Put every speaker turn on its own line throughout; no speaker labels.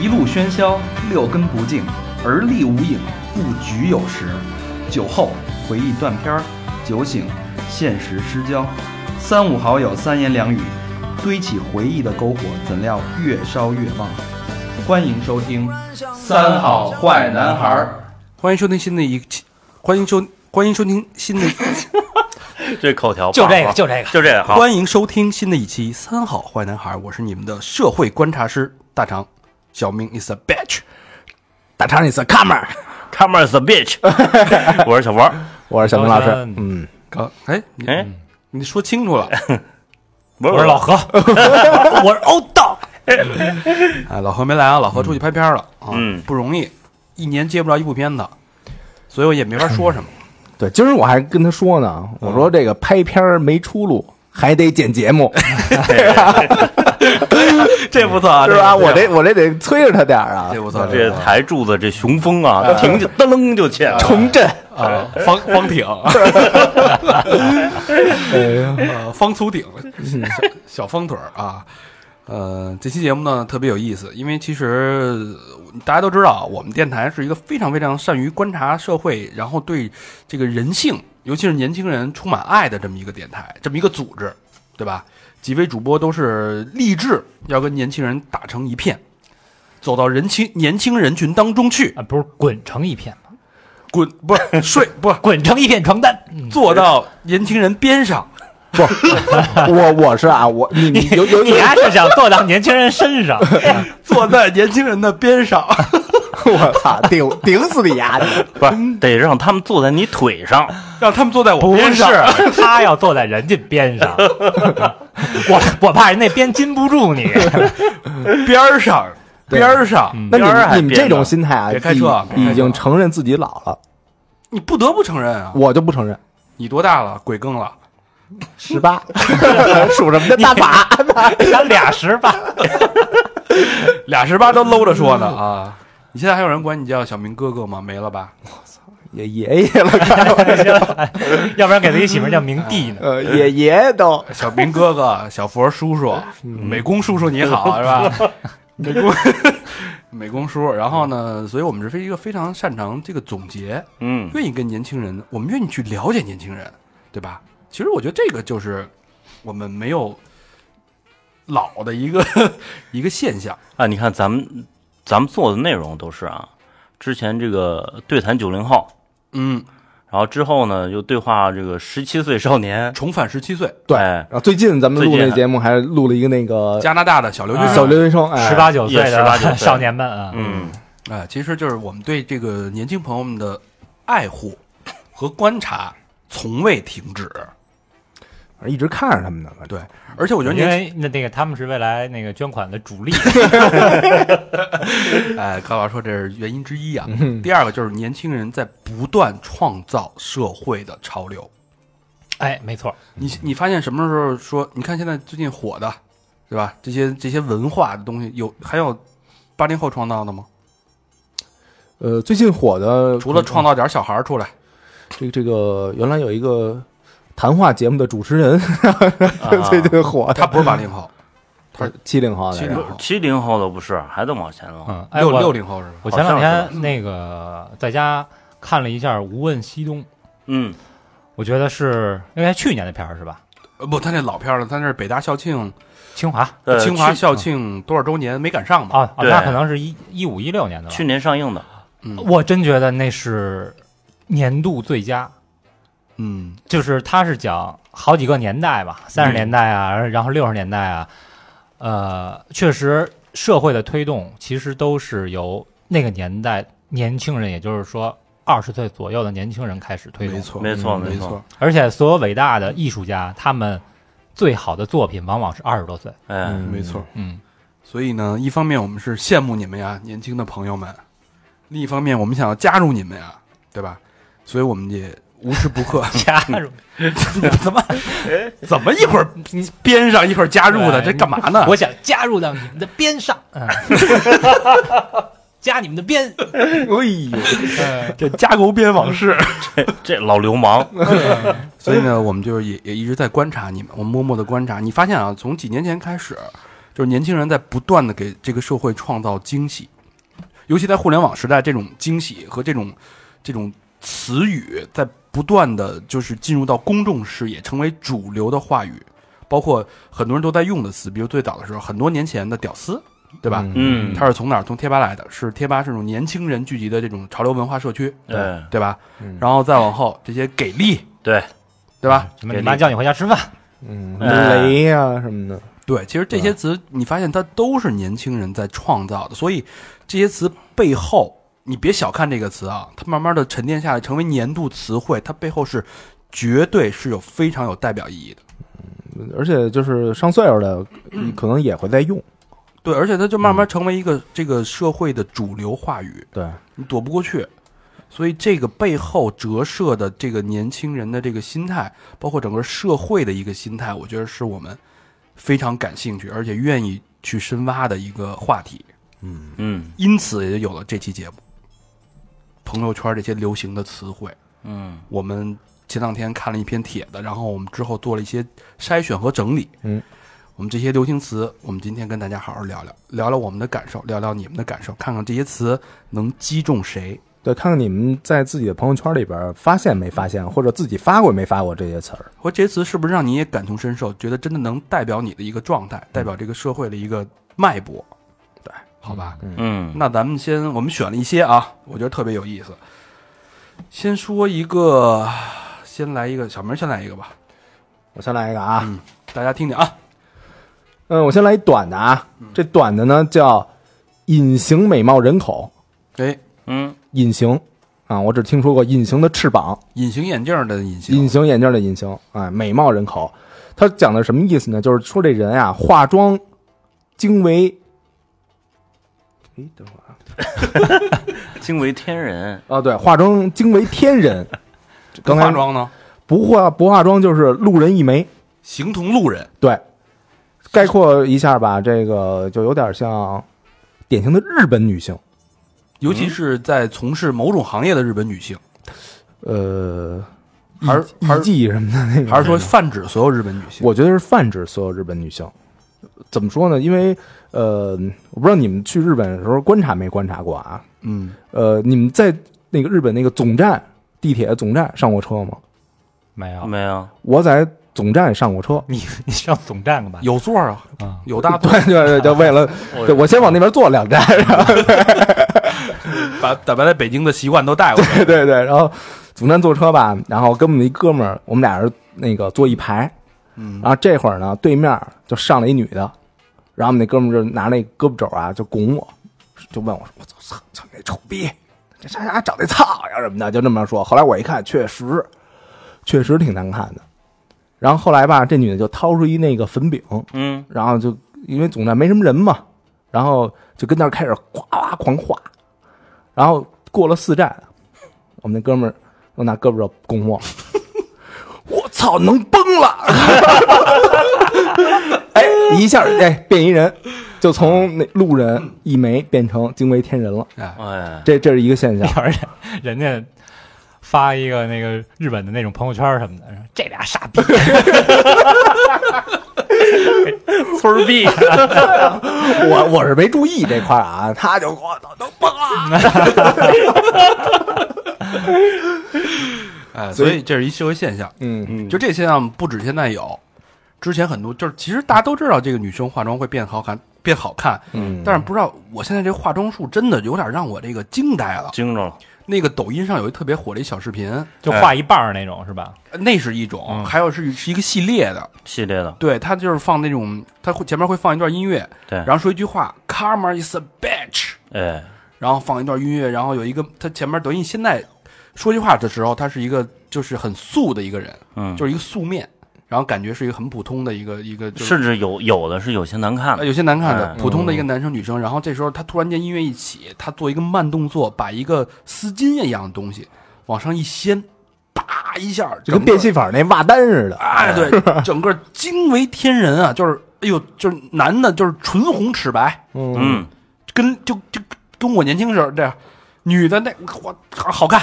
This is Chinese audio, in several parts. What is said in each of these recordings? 一路喧嚣，六根不净，而立无影，不局有时。酒后回忆断片儿，酒醒现实失焦。三五好友三言两语，堆起回忆的篝火，怎料越烧越旺。欢迎收听《三好坏男孩儿
欢迎收听新的一期，欢迎收欢迎收听新的，
这口条
就这
棒
个，
啊
就这个。
就这个好。
欢迎收听新的一期《三好坏男孩》，我是你们的社会观察师大肠，小明 is a bitch，
大肠你是 comer，
Come on, the bitch！我是小王。
我是小明老师
我是。
嗯，
刚哎你
哎，
你说清楚 了，
不
我是老何，我是欧道。
哎老何没来啊，老何出去拍片了啊，
嗯
不容易，一年接不着一部片子，所以我也没法说什么。
对，今儿我还跟他说呢，我说这个拍片儿没出路，还得剪节目，
这不错啊
是吧？我这我这得催着他点儿啊
这。不错，
这台柱子这雄风
哎
啊，停就噔楞就欠了。
重振，
啊方方挺，呃方粗顶， 小小方腿儿啊。呃，这期节目呢特别有意思，因为其实呃大家都知道，我们电台是一个非常非常善于观察社会，然后对这个人性，尤其是年轻人充满爱的这么一个电台，这么一个组织，对吧？几位主播都是立志要跟年轻人打成一片，走到人轻年轻人群当中去，
啊，不是滚成一片吗？
滚不是睡不是
滚成一片床单。嗯
坐到年轻人边上。
不，我我是啊，我你你有有
你
有，
还是想坐到年轻人身上？
坐在年轻人的边上，
我操，顶顶死你丫的！
不是得让他们坐在你腿上，
让他们坐在我
不
边
是
上。，
他要坐在人家边 上，我我怕人那边禁不住 你。
边儿上，
对
边儿上，
那
边儿还
你们你们这
变
种
呢
心态啊，
别开车啊别开车
已已经承认自己老了，
你不得不承认啊！
我就不承认。
你多大了？鬼更了？
十八，属什么的大把？
他俩十八，
俩十八都搂着说呢啊！你现在还有人管你叫小明哥哥吗？没了吧？
也爷爷了，
要不然给自己起名叫明帝呢？
呃，也爷爷都
小明哥 哥，小佛叔叔，美工叔叔你好是吧？嗯 美工，美工叔。然后呢，所以我们是一个非常擅长这个总结，
嗯，
愿意跟年轻人，我们愿意去了解年轻人，对吧？其实我觉得这个就是我们没有老的一个 一个现象。
啊，你看咱们咱们做的内容都是啊，之前这个对谈九零后，
嗯，
然后之后呢又对话这个十七岁少年，
重返十七岁，
对。
哎
然后最近咱们录
最近
那节目，还录了一个那
呃
个
加拿大的小留
啊
学
小
生，
留学生，哎
十八九岁
也18九
的
岁
少年们啊，
嗯，
哎、其实就是我们对这个年轻朋友们的爱护和观察从未停止。
一直看着他们呢。
对，而且我觉得
因
年
为那那个他们是未来那个捐款的主力，
轻，哎，高老师说这是原因之一啊。
嗯
第二个就是年轻人在不断创造社会的潮流。
哎，没错，
你你发现什么时候说？你看现在最近火的，对吧？这些这些文化的东西有还有八零后创造的吗？
呃，最近火的，
嗯
除了创造点小孩儿 出来，
这个这个，原来有一个谈话节目的主持人，
嗯
最近火，
他不是八零后，
他七零后
70
来
后
着，
啊七零后的不是，还得往前了。
嗯，哎，
六
我
六零后是吧？
我前两
好像
天那个在家看了一下《无问西东》，
嗯，
我觉得是应该去年的片儿是吧？
呃，不，他那老片儿了，他那是北大校庆、
清华啊
呃
清华
去
校庆多少周年没赶上嘛？
啊，
对
那可能是一一五一六年的了
去。年上映的，
嗯
我真觉得那是年度最佳，
嗯，
就是它是讲好几个年代吧，三十年代啊，然后六十年代啊，呃，确实社会的推动其实都是由那个年代年轻人，也就是说二十岁左右的年轻人开始推动
没
的。
错，
没错
嗯
没
没
错。
而且所有伟大的艺术家，他们最好的作品往往是二十多岁。
哎，
没错。
嗯，
所以呢，一方面我们是羡慕你们呀，年轻的朋友们；另一方面，我们想要加入你们呀，对吧？所以我们也无时不刻
加入，
怎么 怎么一会儿边上一会儿加入的，这干嘛呢？
我想加入到你们的边上，嗯， 加你们的边，哎
这家国边往事。
这老流氓，
所以呢，我们就是也也一直在观察你们，我默默的观察。你发现啊，从几年前开始，就是年轻人在不断的给这个社会创造惊喜，尤其在互联网时代，这种惊喜和这种这种词语在不断的就是进入到公众视野，成为主流的话语，包括很多人都在用的词，比如最早的时候，很多年前的“屌丝”，对吧？
嗯，
它是从哪儿？从贴吧来的，是贴吧是种年轻人聚集的这种潮流文化社区，
对
对吧？
嗯
然后再往后，这些给力，
对，
对吧？
什么你妈叫你回家吃饭，
嗯，
哎
雷呀什么的，
对，其实这些词你发现它都是年轻人在创造的，所以这些词背后，你别小看这个词啊，它慢慢的沉淀下来成为年度词汇，它背后是绝对是有非常有代表意义的。
而且就是上岁数的，可能也会在用。
对，而且它就慢慢成为一个这个社会的主流话语，
对，
你躲不过去。所以这个背后折射的这个年轻人的这个心态，包括整个社会的一个心态，我觉得是我们非常感兴趣而且愿意去深挖的一个话题。
嗯
因此也就有了这期节目。朋友圈这些流行的词汇，
嗯
我们前两天看了一篇帖子，然后我们之后做了一些筛选和整理。
嗯，
我们这些流行词，我们今天跟大家好好聊聊，聊聊我们的感受，聊聊你们的感受，看看这些词能击中谁。
对，看看你们在自己的朋友圈里边发现没发现，或者自己发过没发过这些词儿。
或者这些词是不是让你也感同身受，觉得真的能代表你的一个状态，代表这个社会的一个脉搏？对，好吧，
嗯，
那咱们先，我们选了一些啊，我觉得特别有意思。先说一个，先来一个，小明先来一个吧，
我先来一个啊，
大家听听啊。
嗯，我先来一短的啊，这短的呢叫“隐形美貌人口
哎，
嗯，”，
隐形啊，我只听说过隐形的翅膀，
隐形眼镜的隐形，
隐形眼镜的隐形，哎，美貌人口。他讲的什么意思呢？就是说这人啊，化妆惊为，哎，等会儿啊，
惊为天人，
哦，对，化妆惊为天 人。
不
刚才
化妆呢，
不化不化妆就是路人一枚，
形同路人。
对，概括一下吧，这个就有点像典型的日本女性，
尤其是在从事某种行业的日本女性，
呃，
还是
艺
还是
妓什么的那个，
还是说泛指所有日本女性？
嗯我觉得是泛指所有日本女性。怎么说呢？因为呃，我不知道你们去日本的时候观察没观察过啊？
嗯，
呃，你们在那个日本那个总站地铁总站上过车吗？
没有，
没有，
我在总站上过车。
你你上总站干嘛？
有座啊，
啊，
有大座，
对对对，就为了对我先往那边坐两站，
把把把在北京的习惯都带过来。
对对对，然后总站坐车吧，然后跟我们一哥们儿，我们俩人那个坐一排，
嗯
然后这会儿呢，对面就上来一女的，然后我们那哥们儿就拿那胳膊肘啊就拱我，就问我说：“我操操操你臭逼，这啊啥啥长得操呀什么的，就这么说。”后来我一看，确实确实挺难看的。然后后来吧，这女的就掏出一那个粉饼，
嗯
然后就因为总站没什么人嘛，然后就跟那儿开始哗哗狂画，然后过了四站，我们那哥们儿又拿胳膊肘拱我，我操，能崩了！ 哎，一下哎变一人，就从那路人一枚变成惊为天人了，
哎，
这这是一个现 象。
要是人家发一个那个日本的那种朋友圈什么的，这俩傻 逼，
村儿逼，
我我是没注意这块儿啊，他就我操能崩了，
哎，
所
所
以
以这是一社会现象。
嗯，
嗯
就这现象不止现在有，之前很多就是其实大家都知道这个女生化妆会变好看，变好看，
嗯
但是不知道我现在这化妆术真的有点让我这个惊呆了。
惊着了，
那个抖音上有一特别火的一小视频，
就画一半儿那种是吧？
呃那是一种，
嗯
还有是是一个系列的，
系列的，
对，它就是放那种，它会前面会放一段音乐，
对
然后说一句话，Karma is a bitch，
哎，
然后放一段音乐，然后有一个他前面抖音现在说句话的时候，他是一个就是很素的一个人，
嗯，
就是一个素面，然后感觉是一个很普通的一个一个，就是
甚至有有的是有些难看
呃，
的，
有些难看的
哎
普通的一个
嗯
男生女生，然后这时候他突然间音乐一起，他做一个慢动作，把一个丝巾一样的东西往上一掀，啪一下，
就跟
整个
变戏法那袜单似的，
哎，对，整个惊为天人啊！就是哎呦，就是男的，就是唇红齿白，
嗯，
嗯，
跟就就跟我年轻时候这样，女的那我好好看，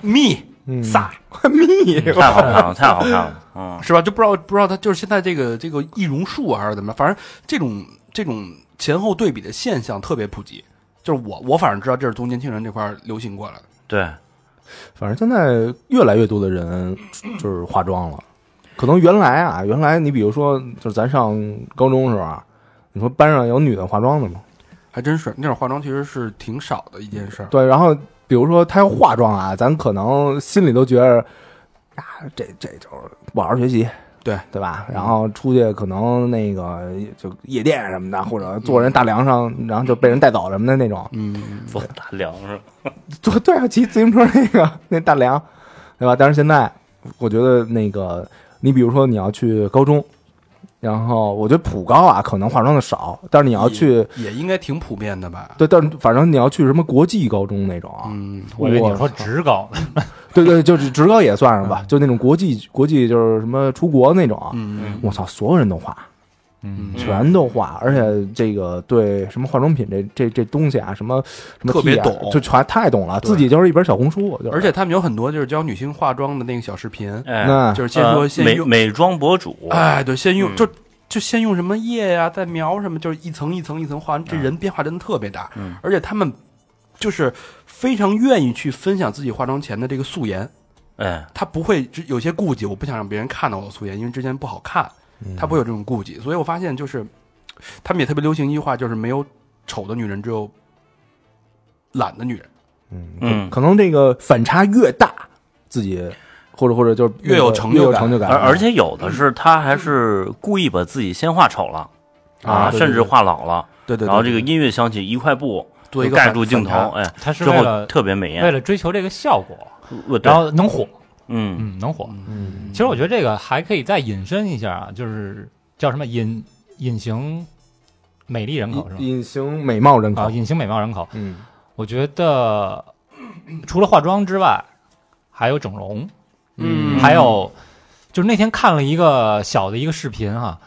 蜜
嗯
飒
蜜，
太好看了，太好看了，嗯，
是吧？就不知道不知道他就是现在这个这个易容术啊，还是怎么样，反正这种这种前后对比的现象特别普及。就是我我反正知道这是从年轻人这块儿流行过来的。
对，
反正现在越来越多的人就是化妆了，可能原来啊，原来你比如说，就是咱上高中的时候啊，你说班上有女的化妆的吗？
还真是那会儿化妆其实是挺少的一件事儿。
对，然后比如说她要化妆啊，咱可能心里都觉得呀、这这就是不好好学习，
对嗯
对吧？然后出去可能那个就夜店什么的，或者坐人大梁上，然后就被人带走什么的那种。
嗯，
不打凉是吧？
对对啊，骑自行车那个那大梁，对吧？但是现在我觉得那个，你比如说你要去高中，然后我觉得普高啊可能化妆的少，但是你要去
也应该挺普遍的吧？
对，但是反正你要去什么国际高中那种啊，
嗯，
我以为你说职高呢，
对对，就是职高也算上吧，就那种国际国际就是什么出国那种啊，
嗯
我操，所有人都化，
嗯
全都化，而且这个对什么化妆品这这这东西啊，什么什么
特别
T 啊
懂
就全太懂了，
对
自己就是一本小红书，就是
而且他们有很多就是教女性化妆的那个小视频，
哎，
那
就是先
呃
说先
美
用，
美妆博主，
哎，对，先用
嗯
就就先用什么液呀，再描什么，就是一层一层一层画，这人变化真的特别大
嗯，
而且他们就是非常愿意去分享自己化妆前的这个素颜，
哎，
他不会只有些顾忌，我不想让别人看到我的素颜，因为之前不好看，他不会有这种顾忌。所以我发现就是，他们也特别流行一句话，就是没有丑的女人，只有懒的女人。
嗯，
可能这个反差越大，自己或者或者就是
越有成就
越有
感
成就感，嗯
而而且有的是他还是故意把自己先画丑了
啊对
甚至
对对
画老了，
对对对，
然后这个音乐响起，一块布
做一个
盖
反
住镜头，
反差
哎，
他是
之
为
后
了
特别美
为
艳。
了追求这个效果，
我对
然，后能火，
嗯，
嗯，能火。
嗯
其实我觉得这个还可以再引申一下啊，就是叫什么隐隐形美丽人口是
隐
吗？
隐形美貌人
啊，
口，
隐形美貌人口，
嗯，
我觉得除了化妆之外，还有整容，
嗯
还有就是那天看了一个小的一个视频哈、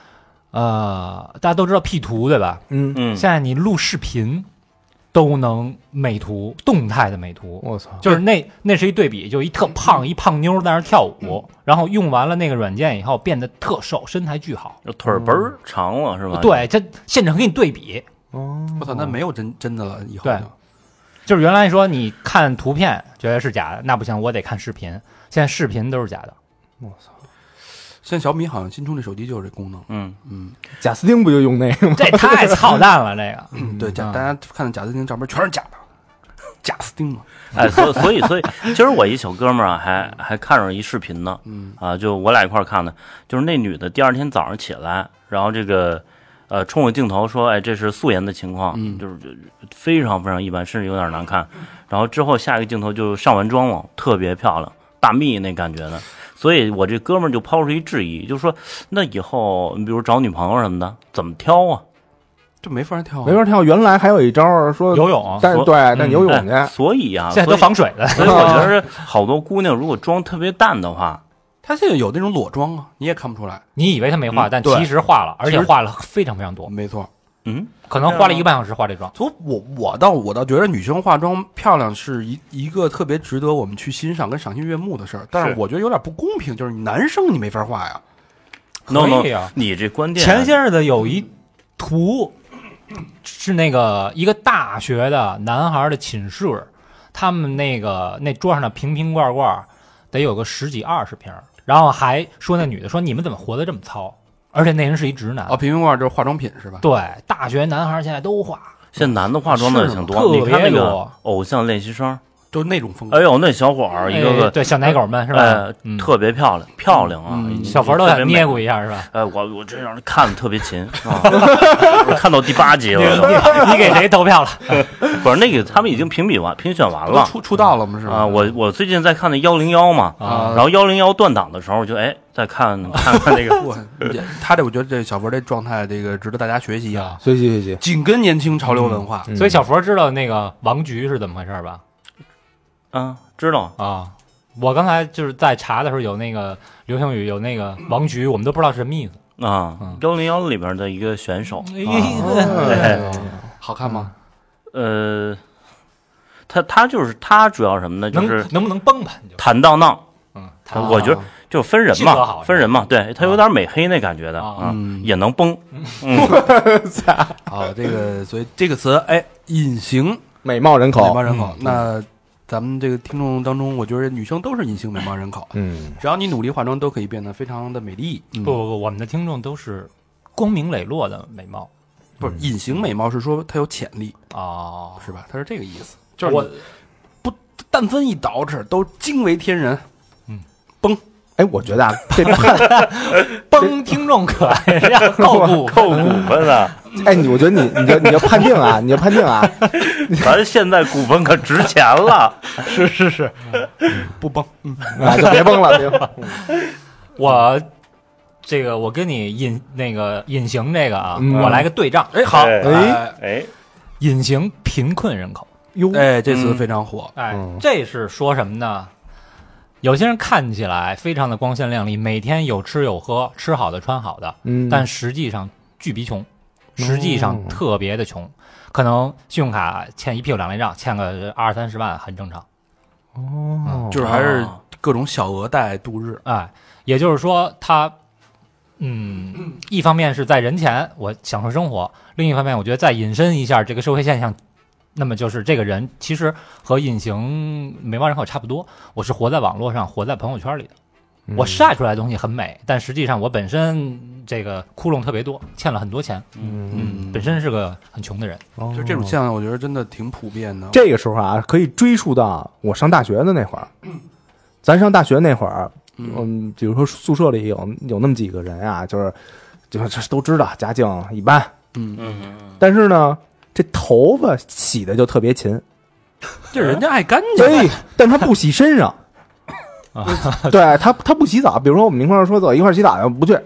呃，大家都知道 P 图对吧？
嗯，
嗯，
现在你录视频都能美图，动态的美图，
我操，
就是那那是一对比，就一特胖一胖妞在那儿跳舞，然后用完了那个软件以后变得特瘦，身材巨好。
腿儿倍儿长了是吧？，
对，这现场给你对比，
哦，
我操，那没有真真的了，以后
对
就
就是原来说你看图片觉得是假的，那不行，我得看视频。现在视频都是假的，
现在小米好像新出那手机就有这功能。
嗯，
嗯，
贾斯汀不就用那个吗？
这太操蛋了，这个。
对，贾
嗯
啊
大家看的贾斯汀照片全是假的，贾斯汀嘛，
哎，所以所以所以，今儿我一小哥们儿啊，还还看着一视频呢，
嗯
啊，就我俩一块儿看的，就是那女的第二天早上起来，然后这个呃冲着镜头说：“哎，这是素颜的情况，
嗯
就是就非常非常一般，甚至有点难看。”然后之后下一个镜头就上完妆了，特别漂亮，大蜜那感觉的。所以我这哥们儿就抛出一质疑，就说：“那以后你比如找女朋友什么的，怎么挑啊？
这没法跳啊，
没法跳，原来还有一招儿说
游泳
但
啊
是
说
对，
嗯
但你游泳
哎
去，
所以啊，
现在
所
都
以
防水的，
所以我觉得好多姑娘如果妆特别淡的话，
他现在有那种裸妆啊，你也看不出来。
你以为他没化，但
对
其实化了，而且
其实
化了非常非常多，
没错，
嗯，
可能花了一个半小时化这妆。
所以我我倒我倒觉得女生化妆漂亮是一一个特别值得我们去欣赏跟赏心悦目的事儿，但是
是
我觉得有点不公平，就是男生你没法化呀。
no no，
可以啊
你这观点
前些日子有一图是那个一个大学的男孩的寝室，他们那个那桌上的瓶瓶罐罐得有个十几二十瓶儿，然后还说那女的说你们怎么活得这么糙？而且那人是一直男，
啊
哦，瓶瓶罐就是化妆品是吧？
对，大学男孩现在都化，
现在男的化妆的挺
是吗
多，你看
特
那
别
个
多
偶像练习生，
就是那种风格。
哎呦，那小伙儿一个
哎
个
对小奶狗们是吧？
哎
嗯，
特别漂亮，漂亮啊
嗯，
小佛都
特
想
别
捏
美。
咕一下是吧？
哎，我我这让人看的特别勤啊， 我看到第八集
你
了，
你你给谁投票了？
不是那个他们已经评比完、评选完
都
了
出出道了吗？是吧？
啊。我我最近在看那幺零幺嘛，
啊
然后幺零幺断档的时候，我就哎再看看看 那个，
我也他这我觉得这小佛这状态，这个值得大家学习 啊，
学习学习，
紧跟年轻潮流文化。
嗯
所以小佛知道那个王菊是怎么回事吧？
嗯，知道
啊，我刚才就是在查的时候有那个流星雨，有那个王菊，我们都不知道是什么意思。
啊
嗯，
幺零幺里边的一个选手，
啊
哎
好看吗？
呃，他他就是他主要什么呢？就
能
是
能不能崩吧？你就
坦荡荡。
嗯，
啊
我觉得就分人
性格好
嘛，分人嘛，对他有点美黑那感觉的
啊
啊
嗯，
也 能崩，嗯
啊，这个所以这个词，哎，隐形
美貌人
美
口
貌，人口。那咱们这个听众当中，我觉得女生都是隐性美貌人口，
嗯，
只要你努力化妆，都可以变得非常的美丽。
不不不，我们的听众都是光明磊落的美貌
不是隐形美貌是说它有潜力，
哦。
是吧？它是这个意思，就是
我
你不但分一捯饬都惊为天人。
哎，我觉得啊，这判，
崩听众可爱，让够不
够股 份啊！
哎，你我觉得你你就你就判定啊， 你就判定啊，
咱现在股份可值钱了，
是是是，
不崩，
啊，就别崩了， 别崩。
我这个我跟你隐那个隐形这个啊，
嗯
我来个对仗，
哎，好，
哎
哎，
哎，
隐形贫困人口。
哟，
哎，这词非常火，
哎
嗯，
这是说什么呢？有些人看起来非常的光鲜亮丽，每天有吃有喝，吃好的穿好的，
嗯，哦
但实际上巨逼穷，实际上特别的穷，可能信用卡欠一屁股两赖账，欠个二三十万很正常。
哦
就是还是各种小额贷度日。
哎，也就是说他，嗯，一方面是在人前我享受生活，另一方面我觉得再引申一下这个社会现象，那么就是这个人其实和隐形美貌人口差不多，我是活在网络上，活在朋友圈里的。我晒出来的东西很美，但实际上我本身这个窟窿特别多，欠了很多钱，
嗯
本身是个很穷的人。
哦
就这种现象，我觉得真的挺普遍的。
这个时候啊，可以追溯到我上大学的那会儿。咱上大学那会儿，嗯，比如说宿舍里有有那么几个人啊，就是就是都知道家境一般，
嗯，
但是呢，这头发洗的就特别勤，
这人家爱干 净，
哎，但他不洗 身上。
啊
对他，他不洗澡。比如说，我们一块儿说走一块儿洗澡，不去。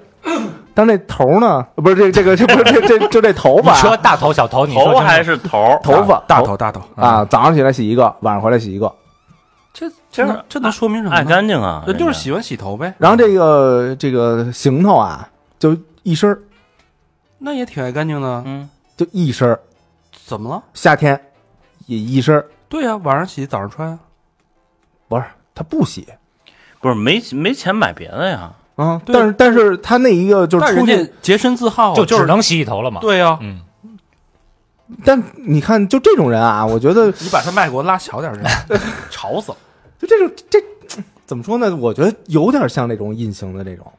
但那头呢？不是这这个，这不是这这就这头
你
发
说大头小头，你说
头
真的
还是头，
头发
大头嗯大头
啊，，早上起来洗一个，晚上回来洗一个。
这
这
这能这能说明什么
爱
呢？
干净啊，
人就是
人家
喜欢洗头呗，
然后这个这个行头啊，就一身儿
那也挺爱干净的。
嗯，
就一身儿
怎么了？
夏天也一身儿
对呀，晚上洗，早上穿啊。
不是他不洗
不是没没钱买别的呀，
啊，
对
但是但是他那一个就是
但
出
人
去，
家洁身自好啊，
就
就
只
是
能洗洗头了嘛。
对啊呀。
嗯，
但你看就这种人啊，我觉得
你把他麦给我拉小点儿， 这吵死了。
就这种这怎么说呢？我觉得有点像那种隐形的这种，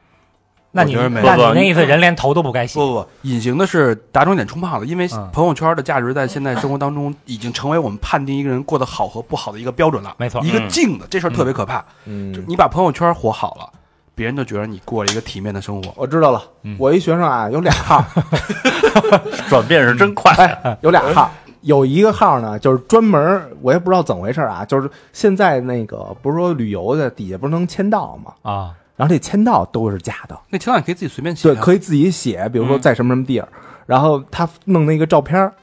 那你
我觉
那
得
你
没
那意思，人连头都不该洗
不。不不，隐形的是打肿脸充胖子，因为
嗯
朋友圈的价值在现在生活当中已经成为我们判定一个人过得好和不好的一个标准了，
没错
一个
嗯
镜子，这事儿特别可怕。就
嗯，
你把朋友圈活好了，别人就觉得你过了一个体面的生活。
我知道了。我一学生 啊，有俩号，
转变是真
嗯
快，
哎，有俩号，有一个号呢，就是专门儿，我也不知道怎么回事儿啊，就是现在那个不是说旅游的底下不是能签到吗？
啊，
然后这签到都是假的，
那前两你可以自己随便写
对，
啊，
可以自己写，比如说在什么什么地儿，然后他弄那个照片儿，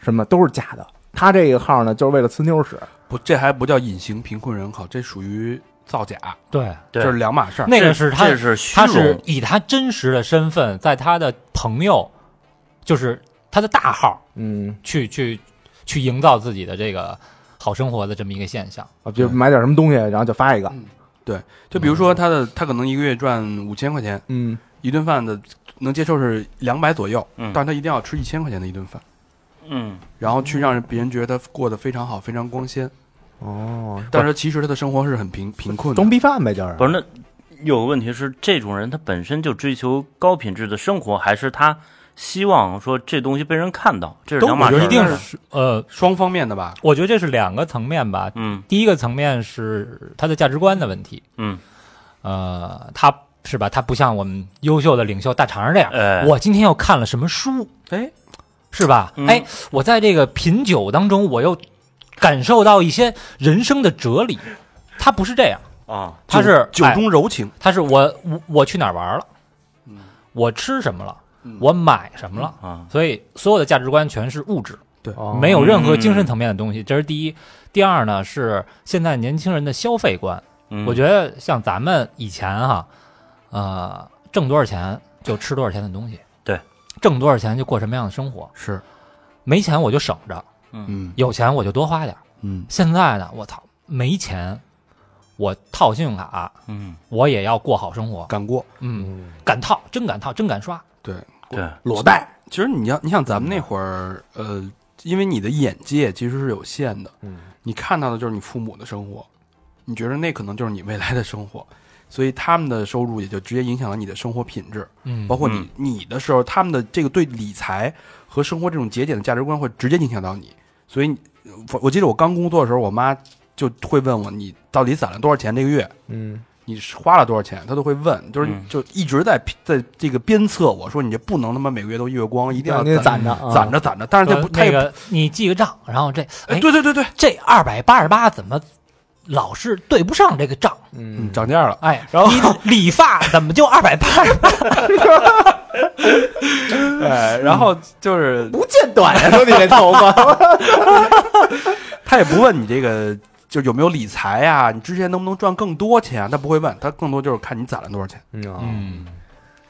什么都是假的。他这个号呢，就是为了呲妞使，
不，这还不叫隐形贫困人口，这属于造假，
对，
这
对
是两码事
嗯
儿。
那个
这
是他
这是虚
他是
荣，
以他真实的身份，在他的朋友，就是他的大号
嗯，
去去去营造自己的这个好生活的这么一个现象。
啊比如买点什么东西，然后就发一个，
就比如说他的，他可能一个月赚五千块钱，
嗯，
一顿饭的能接受是两百左右，
嗯
但他一定要吃一千块钱的一顿饭，
嗯，
然后去让别人觉得他过得非常好，非常光鲜。
哦，
但是其实他的生活是很贫贫困的
装。逼犯呗，就是
不是那有个问题是，这种人他本身就追求高品质的生活，还是他希望说这东西被人看到，这是
都
两码事儿。
一定是呃，
双方面的吧，
我觉得这是两个层面吧。
嗯
第一个层面是他的价值观的问题，
嗯，
呃，他是吧？他不像我们优秀的领袖大肠这样，
哎
我今天又看了什么书，
哎，
是吧？
嗯
哎，我在这个品酒当中，我又感受到一些人生的哲理。他不是这样，
啊，
他是
酒
哎
中柔情，
他是我我我去哪儿玩了，我吃什么了，我买什么了，
啊，
所以所有的价值观全是物质，
哦
没有任何精神层面的东西，这是第一。第二呢是现在年轻人的消费观，
嗯
我觉得像咱们以前哈，呃，挣多少钱就吃多少钱的东西，
对，
挣多少钱就过什么样的生活，
是，
没钱我就省着，
嗯
有钱我就多花点儿。
嗯，
现在呢，我操，没钱，我套信用卡，
嗯，
我也要过好生活，
敢过。
嗯，敢套，真敢套，真敢刷，
对，
对，
裸贷，
其实你要你想咱们那会儿，呃，因为你的眼界其实是有限的，
嗯，
你看到的就是你父母的生活，你觉得那可能就是你未来的生活，所以他们的收入也就直接影响了你的生活品质，
嗯
包括你、
嗯
你的时候，他们的这个对理财和生活这种节俭的价值观会直接影响到你。所以你，我我记得我刚工作的时候，我妈就会问我你到底攒了多少钱这个月，
嗯
你是花了多少钱，她都会问，就是、
嗯
就一直在在这个鞭策我说你这不能他妈每个月都月光，一定要
你得
攒
攒着啊
攒着攒着，但是这
说
不他
呃那
也
个你记个账，然后这
哎
哎
对对对对，
这二百八十八怎么老是对不上这个账？
嗯
嗯，涨价了。
哎，
然后
你理发怎么就二百八十八？
对，然后就是
不见短呀，说你这头发，
他也不问你这个就有没有理财呀、你之前能不能赚更多钱啊？他不会问，他更多就是看你攒了多少钱。
嗯，
嗯，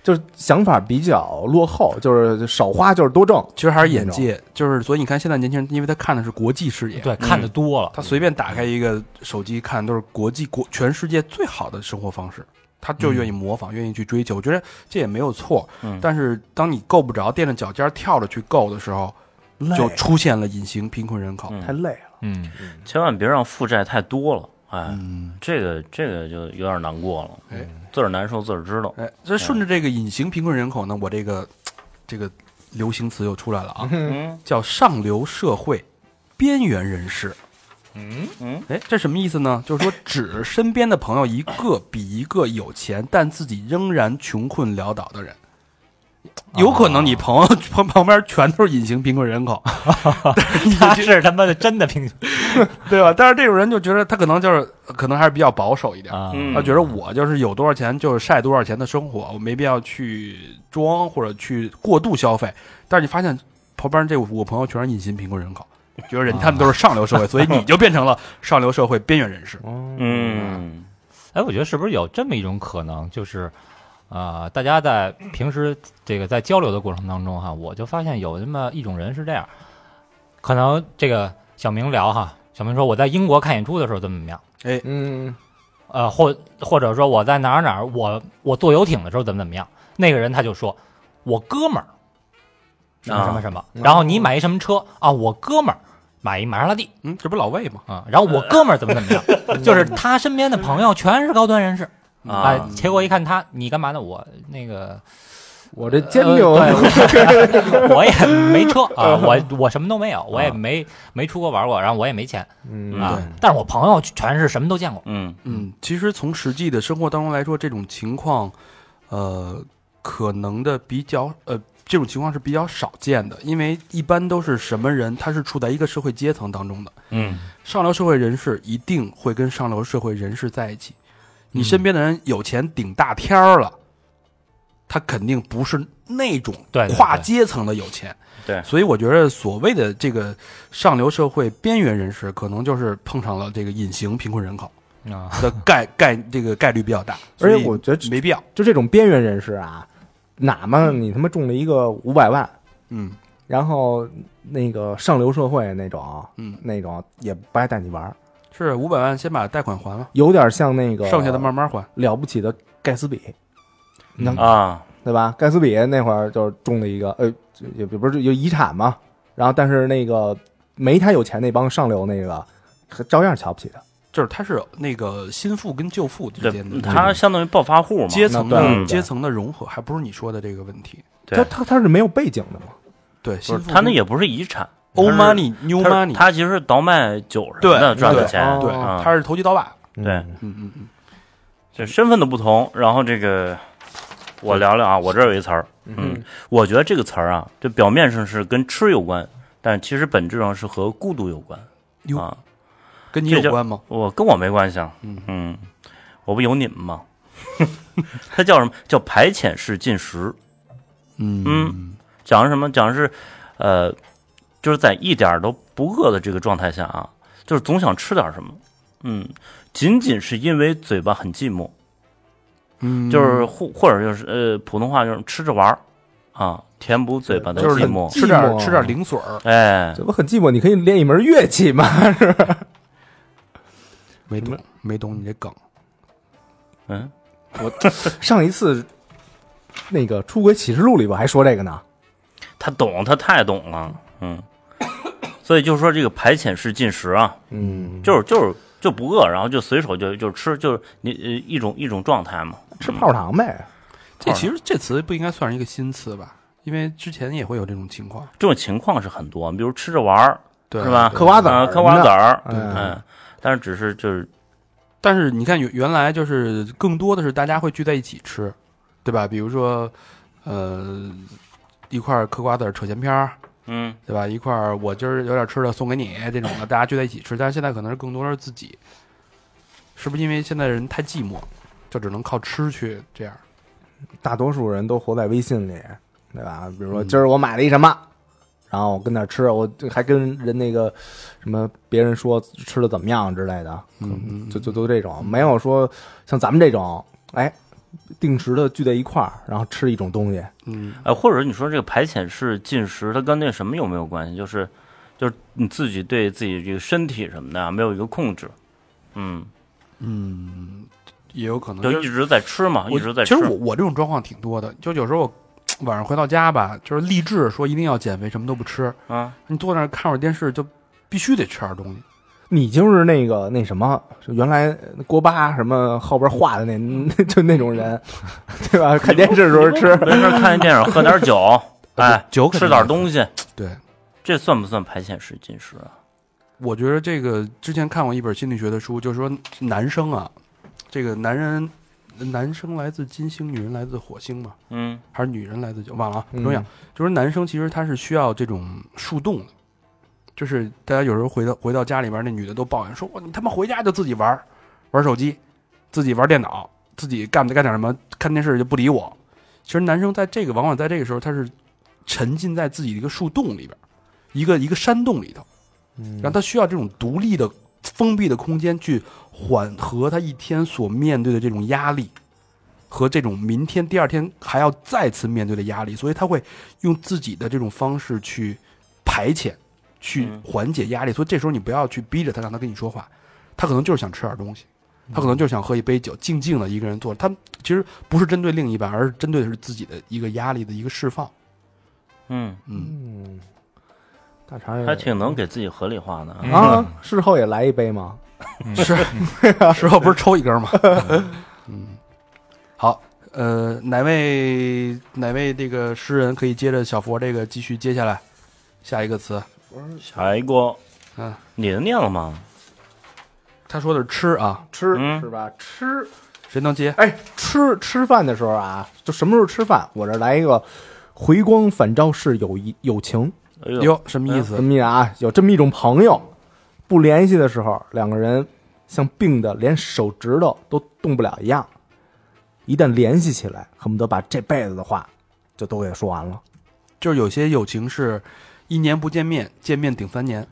就是想法比较落后，就是少花就是多挣，
其实还是眼界，就是所以你看现在年轻人，因为他看的是国际视 野，
对，看的多了，
他随便打开一个手机看都是国际国全世界最好的生活方式，他就愿意模仿，愿意去追求。我觉得这也没有错，
嗯
但是当你够不着，垫着脚尖跳着去够的时候，就出现了隐形贫困人口。
嗯
太累了，
嗯，
千万别让负债太多了，哎，
嗯，
这个这个就有点难过了，
哎
自个儿难受自个儿知道。
哎，这顺着这个隐形贫困人口呢，我这个这个流行词又出来了啊，
嗯
叫上流社会边缘人士。
嗯，
哎，这什么意思呢？就是说，指身边的朋友一个比一个有钱，但自己仍然穷困潦倒的人。有可能你朋
哦
友旁旁边全都是隐形贫困人口，
他是他妈的真的 平均
对吧？但是这种人就觉得他可能就是可能还是比较保守一点，
啊，
嗯
他觉得我就是有多少钱就是晒多少钱的生活，我没必要去装或者去过度消费。但是你发现旁边这五个朋友全是隐形贫困人口，觉得人他们都是上流社会，所以你就变成了上流社会边缘人士。
嗯
哎，我觉得是不是有这么一种可能，就是，呃，大家在平时这个在交流的过程当中哈，我就发现有那么一种人是这样，可能这个小明聊哈，小明说我在英国看演出的时候怎么怎么样，
嗯，
呃，或或者说我在哪儿哪儿，我我坐游艇的时候怎么怎么样，那个人他就说，我哥们儿什么什
啊
么什么，然后你买一什么车啊，我哥们儿买一玛莎拉蒂
嗯，这不是老魏吗？
啊，然后我哥们儿怎么怎么样，就是他身边的朋友全是高端人士。哎
啊，，
结果一看他，你干嘛呢？我那个，
我这煎饼，
呃对我也没车啊，我我什么都没有，我也没没出国玩过，然后我也没钱
嗯
啊
对。
但是我朋友全是什么都见过，
嗯
嗯，其实从实际的生活当中来说，这种情况，呃，可能的比较呃，这种情况是比较少见的，因为一般都是什么人，他是处在一个社会阶层当中的，
嗯
上流社会人士一定会跟上流社会人士在一起。
嗯
你身边的人有钱顶大天儿了，他肯定不是那种
对对
跨
对
阶层的有钱。
对
所以我觉得所谓的这个上流社会边缘人士，可能就是碰上了这个隐形贫困人口。
啊，
的概概这个概率比较大，所
而且
以
我觉得
没必要。
就这种边缘人士啊，哪怕你他妈中了一个五百万，
嗯
然后那个上流社会那种，
嗯，
那种也不爱带你玩儿，
是五百万先把贷款还了，
有点像那个
剩下的慢慢还。
了不起的盖茨比，能
啊，
对吧？盖茨比那会儿就是中了一个，呃，也也不是有遗产嘛，然后但是那个没他有钱那帮上流那个，还照样瞧不起他。
就是它是那个新富跟旧富之
对
间的，
他相当于暴发户嘛，
阶层
那
的
对
阶层的融合，还不是你说的这个问题。
对
他他他是没有背景的嘛，
对，
不
新
是
富
他那也不是遗产
old
他是
money new
他
money，
他其实是倒卖酒什么
对
的赚的
对
钱，
哦
对，
啊
他是投机倒把。
对
嗯，
嗯嗯嗯，
这身份的不同，然后这个我聊聊啊，我这儿有一词儿，嗯，我觉得这个词儿啊，这表面上是跟吃有关，但其实本质上是和孤独有关
哟
啊。
跟你
这
有
叫
关吗？
我跟我没关系啊，
嗯
嗯，我不有你们吗？ 它叫什么？叫排遣式进食，
嗯
嗯讲的什么？讲的是，呃，就是在一点儿都不饿的这个状态下啊，就是总想吃点儿什么，嗯，仅仅是因为嘴巴很寂寞，
嗯，
就是或或者就是呃，普通话就是吃着玩儿啊，填补嘴巴的
就是
寂寞。
吃点
寂寞
吃点零嘴儿，
哎，
这不很寂寞？你可以练一门乐器嘛，是吧？
没懂没懂你这梗。
嗯，
上一次那个《出轨启示录》里边还说这个呢，
他懂，他太懂了，嗯，所以就是说这个排遣式进食啊，
嗯，
就是就是就不饿，然后就随手就就吃，就是你呃一种一种状态嘛。
吃泡糖呗。
这其实这词不应该算是一个新词吧？因为之前也会有这种情况，
这种情况是很多，比如吃着玩儿，
对
是吧
对
嗑瓜子
啊
儿，
嗑瓜子儿，
嗯
嗯，但是只是就是
但是你看原原来就是更多的是大家会聚在一起吃，对吧？比如说，呃，一块儿嗑瓜子儿扯闲篇儿，
嗯
对吧？一块儿我今儿有点吃的送给你这种的，大家聚在一起吃。但是现在可能是更多是自己，是不是因为现在人太寂寞，就只能靠吃去这样？
大多数人都活在微信里，对吧？比如说今儿我买了一什么，然后我跟那儿吃，我还跟人那个什么别人说吃的怎么样之类的，
嗯
就就都这种，没有说像咱们这种，哎，定时的聚在一块儿，然后吃一种东西，
嗯，
呃，或者你说这个排遣式进食，它跟那什么有没有关系？就是就是你自己对自己这个身体什么的啊没有一个控制，嗯，
也有可能
就是一直在吃嘛，一
我
直在
其
吃
实。我我这种状况挺多的，就有时候我晚上回到家吧，就是励志说一定要减肥，什么都不吃。
啊，
你坐那儿看会儿电视，就必须得吃点东西。
你就是那个那什么，就原来锅巴什么后边画的那， 就那种人，对吧？看电视的时候吃，
没事儿看一电影，喝点 儿酒，哎，
酒肯定
吃点儿东西，
对，
这算不算排遣式进食啊？
我觉得这个之前看过一本心理学的书，就是说男生啊，这个男人，男生来自金星，女人来自火星嘛，
嗯
还是女人来自就忘了啊，不
嗯
重要。就是男生其实他是需要这种树洞的，就是大家有时候回到回到家里边，那女的都抱怨说：“我你他妈回家就自己玩儿玩手机，自己玩电脑，自己干干点什么，看电视就不理我。”其实男生在这个往往在这个时候，他是沉浸在自己的一个树洞里边，一个一个山洞里头。
嗯
然后他需要这种独立的、封闭的空间去缓和他一天所面对的这种压力，和这种明天第二天还要再次面对的压力，所以他会用自己的这种方式去排遣、去
嗯
缓解压力。所以这时候你不要去逼着他，让他跟你说话，他可能就是想吃点东西。他可能就是想喝一杯酒，静静的一个人坐着。他其实不是针对另一半，而是针对的是自己的一个压力的一个释放。
嗯，
嗯，
嗯，大肠也
还挺能给自己合理化的啊。
啊，事后也来一杯吗？
是，时候不是抽一 根吗？嗯，好，呃，哪位哪位这个诗人可以接着小佛这个继续接下来下一个词？
下一个，
嗯，
你的念了吗？
他说的是吃啊，
吃
嗯
是吧？吃，
谁能接？
哎，吃吃饭的时候啊，就什么时候吃饭？我这儿来一个回光返照式友谊友情，
哎呦，
哟，什么意思
什？么意思啊？有这么一种朋友，不联系的时候，两个人像病的连手指头都动不了一样，一旦联系起来，恨不得把这辈子的话就都给说完了。
就是有些友情是一年不见面，见面顶三年，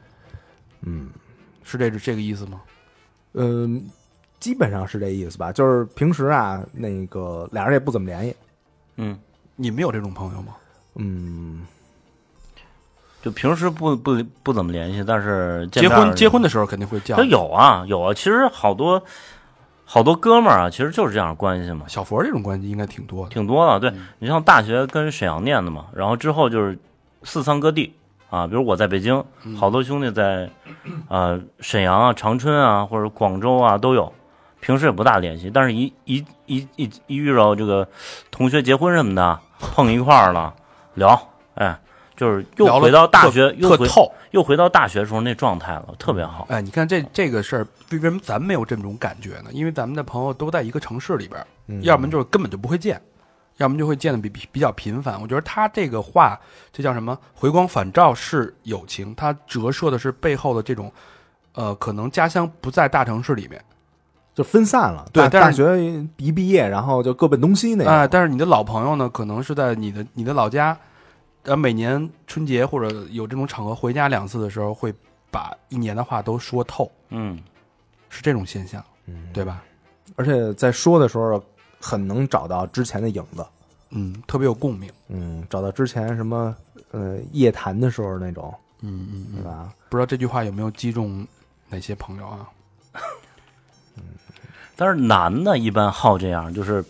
嗯，
是这这个意思吗？
嗯，基本上是这意思吧。就是平时啊，那个俩人也不怎么联系。
嗯，
你们有这种朋友吗？
嗯，
就平时不不不怎么联系，但是见
结
面儿
婚结婚的时候肯定会叫
他。有啊有啊，其实好多好多哥们儿啊，其实就是这样的关系嘛，
小佛这种关系应该挺多的。
挺多的。对
嗯
你像大学跟沈阳念的嘛，然后之后就是四散各地啊，比如我在北京，
嗯
好多兄弟在呃沈阳啊、长春啊或者广州啊都有，平时也不大联系，但是一一一一一遇到这个同学结婚什么的，碰一块儿了聊，哎，就是又
聊了
回到大
特
学，又
特
回
透，
又回到大学时候那状态了，特别好。
哎，你看这这个事儿，为什么咱们没有这种感觉呢？因为咱们的朋友都在一个城市里边儿，
嗯
要么就是根本就不会见，要么就会见的比比比较频繁。我觉得他这个话，这叫什么？回光返照是友情，它折射的是背后的这种，呃，可能家乡不在大城市里面，
就分散了。
对
大
但
大
是
学一毕业，然后就各奔东西那种。
哎，但是你的老朋友呢，可能是在你的你的老家，呃，每年春节或者有这种场合回家两次的时候，会把一年的话都说透，
嗯，
是这种现象，对吧？
而且在说的时候，很能找到之前的影子。
嗯，特别有共鸣。
嗯，找到之前什么呃夜谈的时候那种，
嗯嗯
对吧？
不知道这句话有没有击中哪些朋友啊？
但是男的一般好这样，就是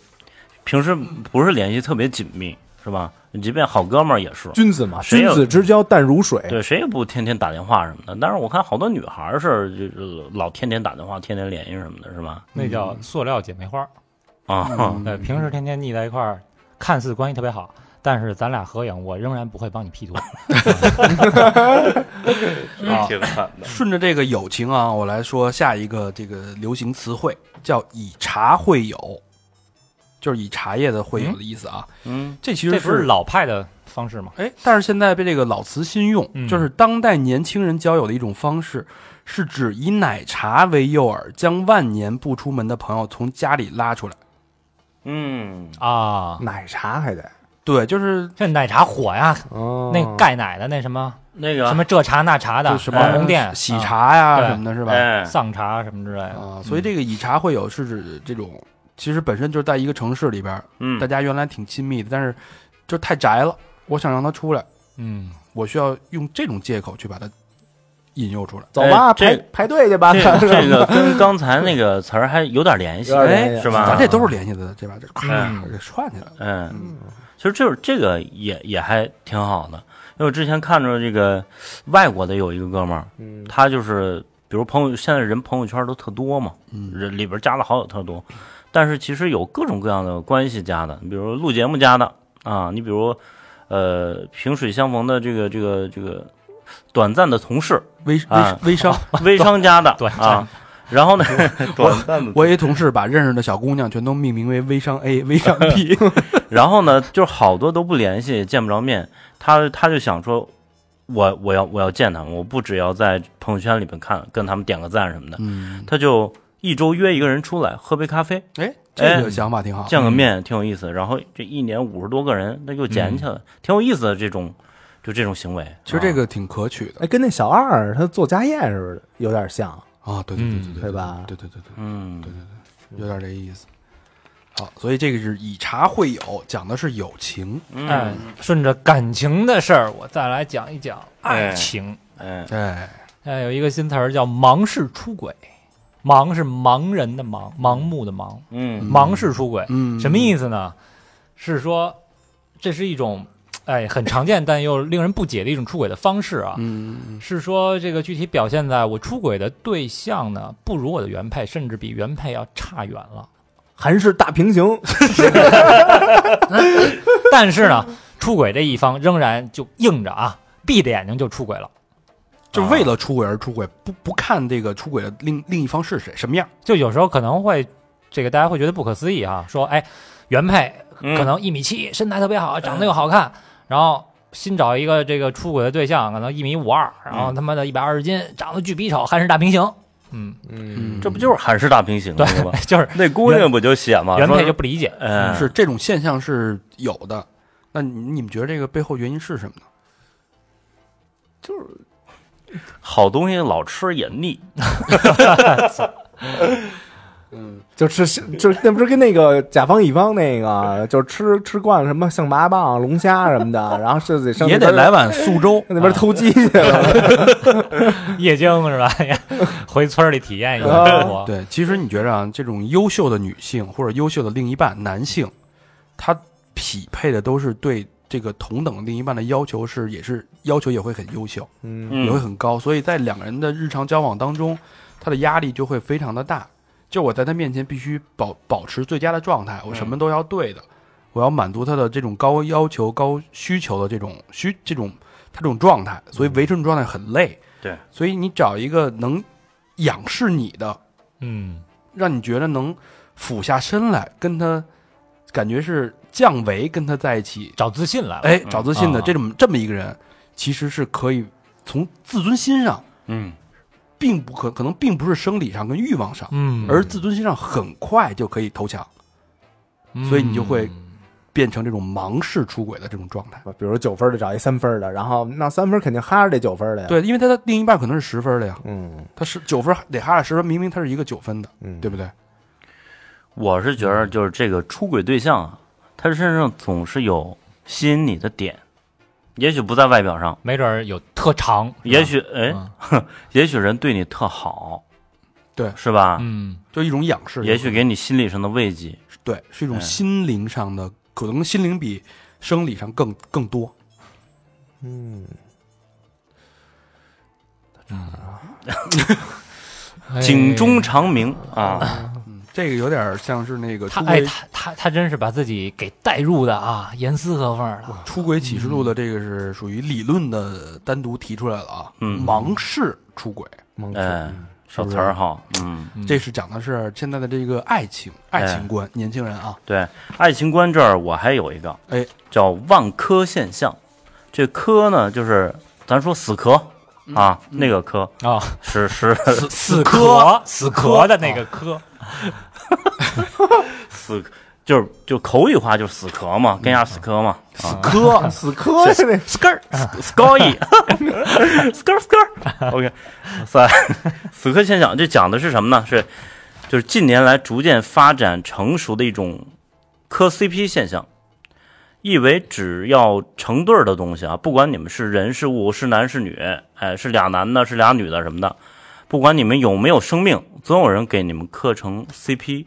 平时不是联系特别紧密，是吧？即便好哥们儿也是，
君子嘛，
谁
君
有
子之交淡如水。
对，谁也不天天打电话什么的。但是我看好多女孩儿是就是老天天打电话，天天联系什么的，是吧？
那叫塑料姐妹花。
啊，
对，呃平时天天腻在一块儿，看似关系特别好，但是咱俩合影，我仍然不会帮你 P 图。
挺惨的。
顺着这个友情啊，我来说下一个这个流行词汇叫以茶会友，就是以茶叶的会友的意思啊。
嗯，
这其
这
实
不是老派的方式吗？
哎，但是现在被这个老词新用，
嗯
就是当代年轻人交友的一种方式，是指以奶茶为诱饵，将万年不出门的朋友从家里拉出来。
嗯，
啊，
奶茶还得
对，就是
这奶茶火呀，
哦
那钙奶的那什么
那
什
个
么这茶那茶的
嗯
呃
就什
网
么
红店
嗯喜、茶嗯呀、
嗯对
什么的，是吧？
哎
啊，丧茶什么之类的。
啊，所以这个以茶会友是指这种，其实本身就是在一个城市里边，
嗯
大，家原来挺亲密的，但是就太宅了，我想让他出来，
嗯，
我需要用这种借口去把他引诱出来。
走吧，
哎这
排排队去吧。
这 这个跟刚才那个词儿还有点联系，
有点联系
哎是吧？
咱这都是联系的，对吧？这咔
嗯
给串起来了。
嗯，其实就是这个也也还挺好的，因为我之前看着这个外国的有一个哥们儿，
嗯
他就是比如朋友现在人朋友圈都特多嘛，
嗯，
人里边加的好友特多，但是其实有各种各样的关系加的，你比如录节目加的啊，你比如呃萍水相逢的这个这个这个短暂的同事，
微微
啊
微商，
微商加的
短暂
啊，然后呢，
短暂的，
我一同事把认识的小姑娘全都命名为微商 A、微商 B，
然后呢，就是好多都不联系，也见不着面。他他就想说，我我要我要见他们，我不只要在朋友圈里面看，跟他们点个赞什么的。
嗯，
他就一周约一个人出来喝杯咖啡，
哎，这个想法挺好。
见个面，挺有意思。然后这一年五十多个人，那又捡起来，挺有意思的这种，就这种行为。啊
其实这个挺可取的
哎，跟那小二他做家宴似的，有点像，
啊，对对对对对，
对吧？
对对对对，
嗯，
有点这意思。好，所以这个是以茶会友，讲的是友情。
嗯
哎，顺着感情的事儿，我再来讲一讲爱情。
哎，
哎，
哎，有一个新词儿叫“盲式出轨”，盲是盲人的盲，盲目的盲，
嗯
盲式出轨。
嗯，
什么意思呢？是说这是一种哎很常见但又令人不解的一种出轨的方式啊。
嗯，
是说这个具体表现在我出轨的对象呢不如我的原配，甚至比原配要差远了。
韩式大平行，
但是呢，出轨这一方仍然就硬着啊，闭着眼睛就出轨了，
就为了出轨而出轨，不不看这个出轨的另另一方是谁什么样。
就有时候可能会这个大家会觉得不可思议啊，说哎，原配
嗯
可能一米七，身材特别好，长得又好看，然后新找一个这个出轨的对象，可能一米五二，然后他妈的一百二十斤，长得巨逼丑，汉式大平行，嗯，
嗯
这不就是韩式大平行
对
吗？吧？
就是
那姑娘不就写吗？
原
啊说
配就不理解，
哎
是这种现象是有的。那你你们觉得这个背后原因是什么呢？
好东西老吃也腻，
就是就是那不是跟那个甲方乙方那个，就是吃吃惯了什么象拔蚌、龙虾什么的， 然后是得上
也
那
得
边。
来
哎
碗苏州
那边
啊
偷鸡去 了。
夜经是吧？ 回村儿里体验一下生活，
对，其实你觉着啊，这种优秀的女性或者优秀的另一半男性，他匹配的都是对这个同等另一半的要求是也是要求也会很优秀，
嗯，
嗯
也会很高，所以在两个人的日常交往当中，他的压力就会非常的大。就我在他面前必须保保持最佳的状态，我什
嗯
么都要对的，我要满足他的这种高要求、高需求的这种需这种他这种状态，所以维持这种状态很累。
嗯对，
所以你找一个能仰视你的，
嗯，
让你觉得能俯下身来跟他，感觉是降维跟他在一起，
找自信来了，
嗯
哎，找自信的
啊
这种这么一个人，其实是可以从自尊心上，
嗯，
并不可可能并不是生理上跟欲望上，
嗯，
而自尊心上很快就可以投降，所以你就会变成这种盲式出轨的这种状态。
比如九分的找一三分的，然后那三分肯定哈着这九分的呀。，
对，因为他的另一半可能是十分的呀，
嗯
他是九分得哈着十分，明明他是一个九分的，
嗯，
对不对？
我是觉
嗯
得就是这个出轨对象啊，他身上总是有吸引你的点，也许不在外表上，
没准儿有特长，是吧
也许哎
嗯，
也许人对你特好，
对
是吧？
嗯，
就一种仰视，
也许给你心理上的慰藉，
对，是一种
嗯
心灵上的，可能心灵比生理上更更多。
嗯，
哎
警钟长鸣啊，
嗯，这个有点像是那个
他
出
哎，
轨
他他他真是把自己给带入的啊，严丝合缝了。
出轨启示录的这个是属于理论的，单独提出来了啊。
嗯
盲视出轨，
蒙嗯古
哎，小词儿好，嗯，哎
嗯
这是讲的是现在的这个爱情爱情观，年轻人啊，
对，爱情观这儿我还有一个，
哎，
叫万科现象。这科呢，就是咱说死磕啊，那个科
嗯啊，
是是
死死磕死磕的那个磕，
死，就是就口语化就是死磕嘛，跟家死磕嘛，啊 哎
科
死磕去那
，skr i skoy skr skr OK，三 死磕现象，这讲的是什么呢？是就是近年来逐渐发展成熟的一种磕 CP 现象，意为只要成对儿的东西啊，不管你们是人是物，是男是女，哎，是俩男的，是俩女的什么的，不管你们有没有生命，总有人给你们磕成 CP，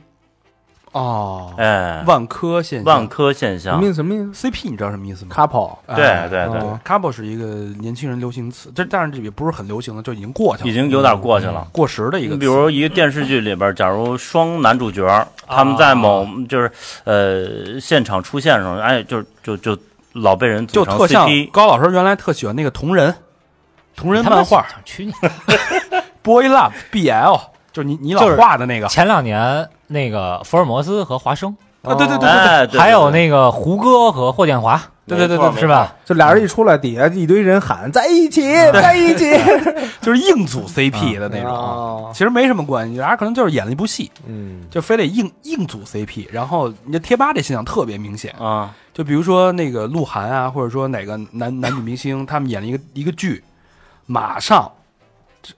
哦，
哎，
万科现象
万科现
什
象
么意，思？什么意思
CP 你知道什么意思吗？
？couple
哎
对对对，
c o u p l e 是一个年轻人流行词，这当然这也不是很流行了，就已经过去了，嗯
已经有点过去了。
过时的一个词。
你比如一个电视剧里边，假如双男主角
啊
儿他们在某就是呃现场出现的时候，哎，就就就老被人
就
组成
特像
CP，
高老师原来特喜欢那个同人，同人漫画
他妈，去你！
Boy Love BL，就是你你老
就是
画的那个
前两年那个福尔摩斯和华生，
啊，对对对对
哎，对对
还有那个胡歌和霍建华，
对对对对，
是吧？
就俩人一出来，底下一堆人喊在一起，在一起
就是硬组 CP 的那种
嗯
啊，
哦
其实没什么关系，俩人可能就是演了一部戏，
嗯，
就非得硬硬组 CP，然后你这贴吧这现象特别明显，
啊，
就比如说那个鹿晗啊，或者说哪个男男女明星，他们演了一个一个剧，马上，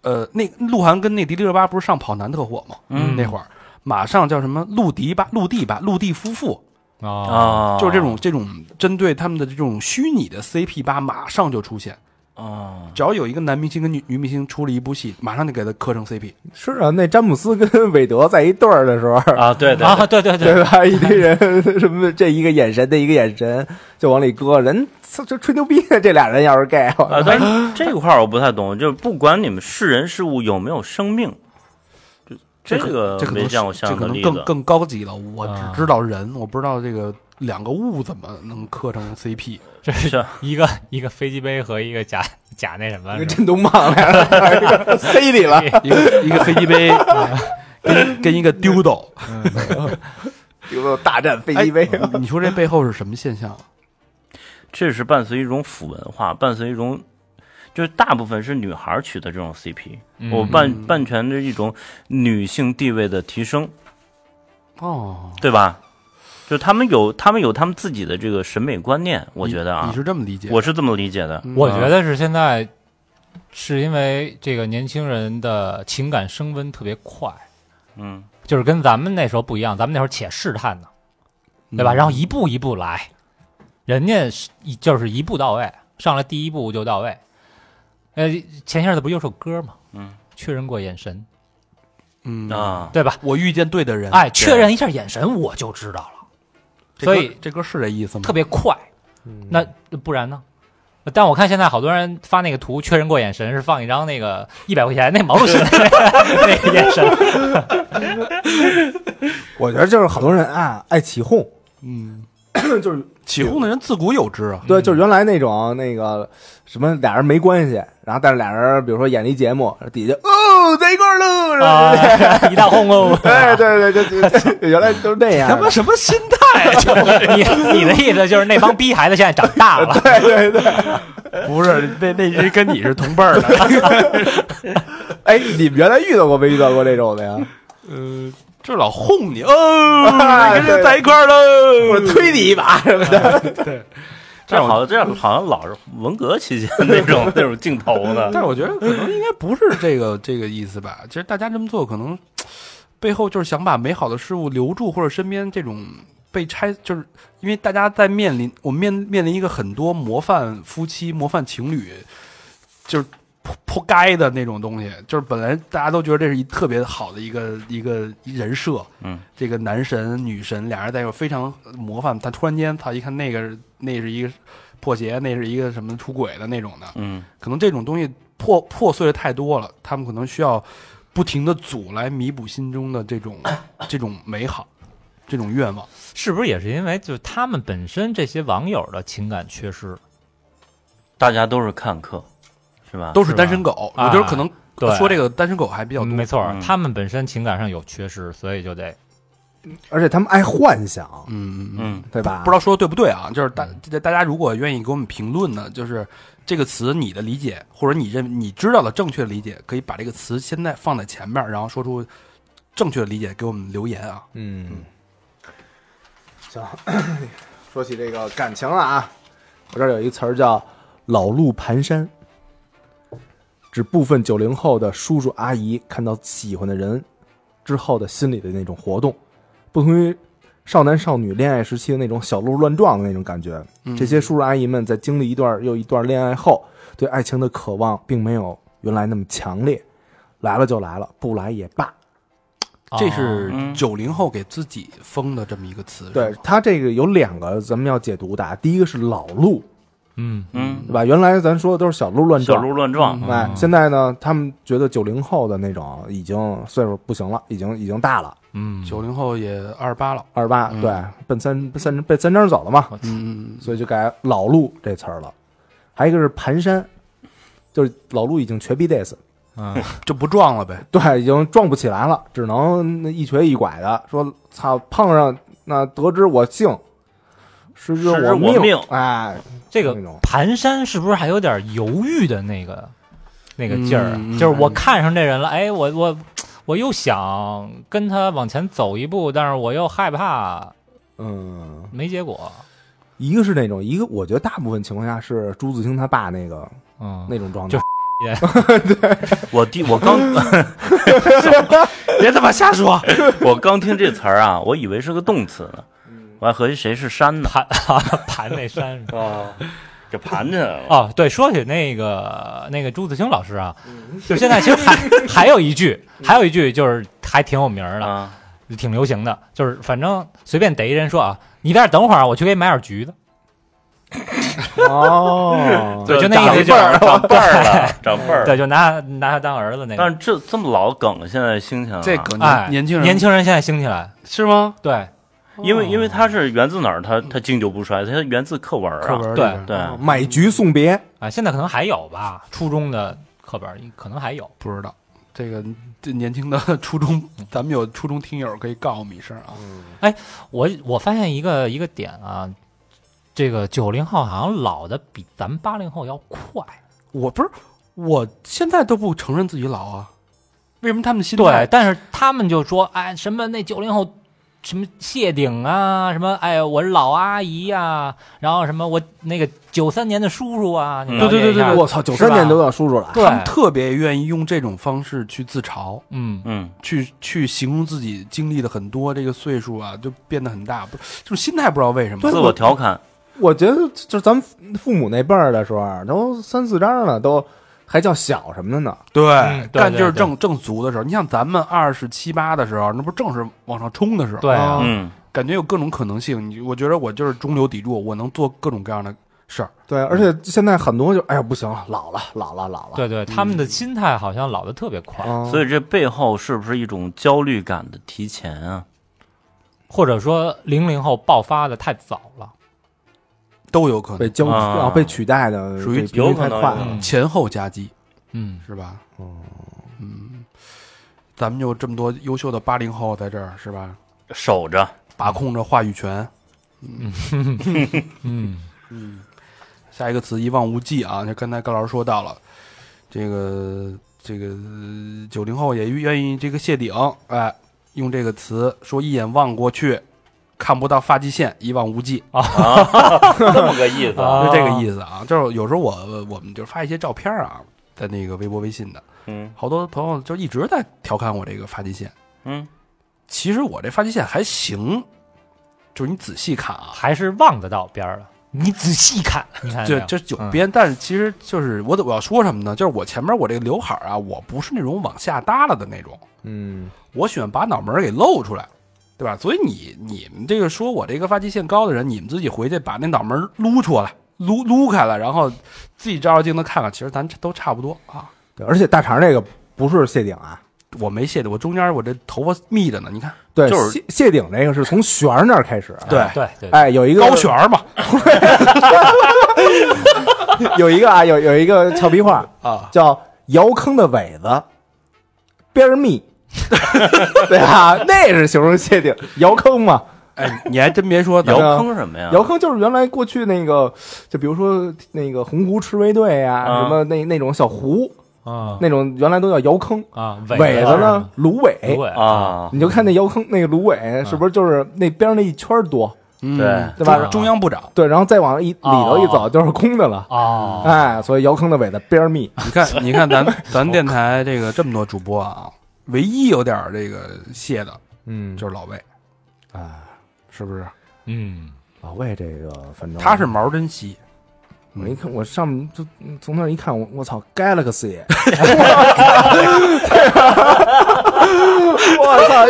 呃，那鹿晗跟那迪丽热巴不是上跑男特火吗？
嗯
那会儿马上叫什么陆迪吧、陆地吧、陆地夫妇，
啊，
啊，
就是这种这种针对他们的这种虚拟的 CP 八马上就出现，
啊，
只要有一个男明星跟女女明星出了一部戏，马上就给他磕成 CP。
是啊，那詹姆斯跟韦德在一对儿的时候，
啊，对对
啊，对对对，
对吧？一堆人什么这一个眼神，那一个眼神就往里搁，人操这吹牛逼，这俩人要是 gay，我
哎
啊，但是这块儿我不太懂，就是不管你们是人是物有没有生命，就
可
个
这可
没
能
见过
是
相
这
应
可
的
能
例
更
子，
更高级了。我
啊
只知道人，我不知道这个两个物怎么能磕成 CP。
这
是
是一个一个飞机杯和一个假假那什么
一个，震动棒俩人塞里了，
一个一个飞机 杯，跟跟一个丢斗。
有个大战飞
哎
机杯。
你说这背后是什么现象？啊
这是伴随一种腐文化，伴随一种。就是大部分是女孩儿取的这种 CP，、
嗯
我伴伴全的一种女性地位的提升，
哦，
对吧？就他们有他们有他们自己的这个审美观念，我觉得
你
啊
你，是这么理解？
我是这么理解的。
嗯
我觉得是现在是因为这个年轻人的情感升温特别快，
嗯，
就是跟咱们那时候不一样，咱们那时候且试探呢，对吧？
嗯
然后一步一步来，人家是一就是一步到位，上来第一步就到位。呃，前些日子不有首歌吗？
嗯，
确认过眼神，
嗯，
啊，
对吧？
我遇见对的人。
哎，确认一下眼神，我就知道了，
这歌，
所以
这歌是这意
嗯
思吗？
特别快。那不然呢？但我看现在好多人发那个图，确认过眼神是放一张那个一百块钱那毛 主席的那个眼神，
我觉得就是好多人啊爱起哄，
嗯，
就是
起哄的人自古有之啊。
对，就是原来那种那个什么俩人没关系，然后但是俩人比如说演了一节目，底下哦在一块儿喽，然后
啊，一大轰 喽！
哎，对对对， 就就原来都是那样
他妈
的。
什么心态？啊
你你的意思就是那帮逼孩子现在长大了，
不是，那那是跟你是 同辈儿的。
哎，你们原来遇到过没遇到过这种的呀？
呃，这老哄你哦，
哎
跟人在一块儿
我
喽。
推你一把什么的。
这样好像这样好像老是文革期间那 种那种镜头呢
但。是我觉得可能应该不是这个这个意思吧。其实大家这么做，可能背后就是想把美好的事物留住，或者身边这种被拆，就是因为大家在面临我们面面临一个很多模范夫妻、模范情侣，就是。扑扑街的那种东西，就是本来大家都觉得这是一特别好的一个一个一人设，
嗯，
这个男神女神俩人在一块儿非常模范，但突然间他一看那个是那是一个破鞋，那是一个什么出轨的那种的，
嗯
可能这种东西破破碎的太多了，他们可能需要不停的组来弥补心中的这种这种美好，这种愿望。
是不是也是因为就是他们本身这些网友的情感缺失？
大家都是看客，是吧？
都是单身狗，
是吧
我觉得可能
对
说这个单身狗还比较多。
没错，
嗯
他们本身情感上有缺失，所以就得
而且他们爱幻想，
嗯嗯嗯，
嗯，
对吧？
不知道说对不对啊？就是大大大家如果愿意给我们评论呢，就是这个词你的理解，或者你认你知道的正确的理解，可以把这个词现在放在前面，然后说出正确的理解给我们留言啊。
嗯，行， 说起这个感情了啊，我这儿有一词儿叫“老路蹒跚”，指部分九零后的叔叔阿姨看到喜欢的人之后的心理的那种活动，不同于少男少女恋爱时期的那种小鹿乱撞的那种感觉。这些叔叔阿姨们在经历一段又一段恋爱后，对爱情的渴望并没有原来那么强烈，来了就来了，不来也罢。
啊
这是
嗯
九零后给自己封的这么一个词，
对
是吧，
它这个有两个咱们要解读的啊，第一个是老路，
嗯
嗯，
对吧？原来咱说的都是小路
嗯
乱
小
撞，
鹿乱撞，
哎，现在呢，他们觉得九零后的那种啊已经岁数不行了，已经已经大了，
嗯，
九零后也二十八了。
二十八，
嗯
对，奔三奔三奔三张走了嘛，
嗯，
所以就改老路这词儿了。还有一个是蹒跚，就是老路已经瘸逼 days，
嗯
就不撞了呗。
对，已经撞不起来了，只能那一瘸一拐的说，操，碰上那得知我幸，失之
失之
我
我命
哎，
这个
那种
蹒跚是不是还有点犹豫的那个那个劲儿啊？
嗯嗯
就是我看上这人了，哎，我我我又想跟他往前走一步，但是我又害怕
嗯。
没结果。
一个是那种，一个我觉得大部分情况下是朱自清他爸那个
嗯，
那种状态，
就
我第我刚
别他妈瞎说，
我刚听这词儿啊，我以为是个动词呢，
嗯
我还合计谁是山呢？
盘 盘那山是吧
啊，这 盘着呢
哦，对，说起那个那个朱自清老师啊，
嗯
就现在其实还 还有一句，还有一句就是还挺有名儿的，
啊，
挺流行的，就是反正随便逮一人说啊，你在这儿等会儿啊，我去给你买点橘子。
哦，
对就那
长
意思
辈儿
就是
长辈儿 了，长辈儿。
对，就拿拿他当儿子那
但
个
是。这这么老梗现在兴起了啊，
这梗
哎，
年轻人
年轻人现在兴起来，
是吗？
对
因为
哦
因为它是源自哪儿？它它经久不衰，它源自课文啊。
课文里
对
边
对，
买菊送别，
啊，现在可能还有吧，初中的课本可能还有。
不知道这个这年轻的初中，咱们有初中听友可以告我们一声啊。
我我发现一个一个点啊，这个九零后好像老的比咱们八零后要快。
我不是，我现在都不承认自己老啊，为什么他们心
对
态，？
但是他们就说，哎，什么那九零后，什么谢顶啊，什么哎，我是老阿姨呀、然后什么我那个九三年的叔叔啊，你
嗯
了解一下
我操，九
是
三
吧
年都要叔叔了，
对
他们特别愿意用这种方式去自嘲，
嗯，
嗯，
去去形容自己经历的很多，这个岁数啊就变得很大，不是这种心态不知道为什么
对。
自我调侃，
我觉得就是咱们父母那辈儿的时候，啊都三四张了，都还叫小什么的呢，
对，
嗯对
干
对
劲儿
对
正正足的时候，你像咱们二十七八的时候，那不正是往上冲的时候？
对啊，
嗯，
感觉有各种可能性。你我觉得我就是中流砥柱，我能做各种各样的事儿。
对，而且现在很多就哎呀不行了，老了，老了，老了，
对对，他们的心态好像老的特别快，
哦
啊，
所以这背后是不是一种焦虑感的提前啊？
或者说零零后爆发的太早了。
都有可
被
能，
交
啊
然后被取代的
属于
这频率
有可
太
能
快
有可
了
能，
前后夹击
嗯，
是吧？
嗯
嗯，咱们就这么多优秀的八零后在这儿是吧？
守着，
把控着话语权。
嗯，
嗯，下一个词一望无际啊，就刚才高老师说到了，这个这个九零后也愿意这个谢顶，哎，用这个词说一眼望过去，看不到发际线，一望无际。
这么个意思啊。
啊
就这个意思啊，就是有时候我我们就发一些照片啊，在那个微博、微信的，
嗯
好多朋友就一直在调侃我这个发际线。
嗯，
其实我这发际线还行，就是你仔细看啊，
还是望得到边儿了。你仔细看，你看
这
没有
这是九编，但是其实就是我得我要说什么呢？就是我前面我这个刘海儿啊，我不是那种往下耷拉的那种，
嗯，
我喜欢把脑门儿给露出来，对吧？所以你你们这个说我这个发际线高的人，你们自己回去把那脑门儿撸出来，撸撸开了，然后自己照照镜子看看，其实咱都差不多啊。
对，而且大肠这个不是谢顶啊，
我没卸的，我中间我这头发密着呢，你看
对，
就是
谢谢顶这个是从旋儿那儿开始，
对
对对，
哎，有一个
高旋儿嘛
有一个啊，有有一个俏皮话
啊，
叫窑坑的苇子边儿密，对吧？那是形容谢顶窑坑嘛，
哎，你还真别说，咱
有
窑坑什么呀？
窑坑就是原来过去那个，就比如说那个洪湖赤卫队呀、
啊
什么那那种小湖，
嗯
那种原来都叫窑坑。
啊，
苇子
是什
呢哎
么，？
芦苇。
芦苇，
啊，
你就看那窑坑那个芦苇，是不是就是那边儿那一圈儿多？
嗯
对
对吧
中中央部 长，
对，然后再往一里头一走就是空的了。
哦，
哎，所以窑坑的苇子边儿密。
你看，你看 咱咱电台这个这么多主播啊，唯一有点儿这个卸的
嗯
就是老魏，
啊，
是不是？
嗯，
老魏这个反正
他是毛真稀，
我一看，我上面就从那儿一看，我我操，Galaxy，我 操，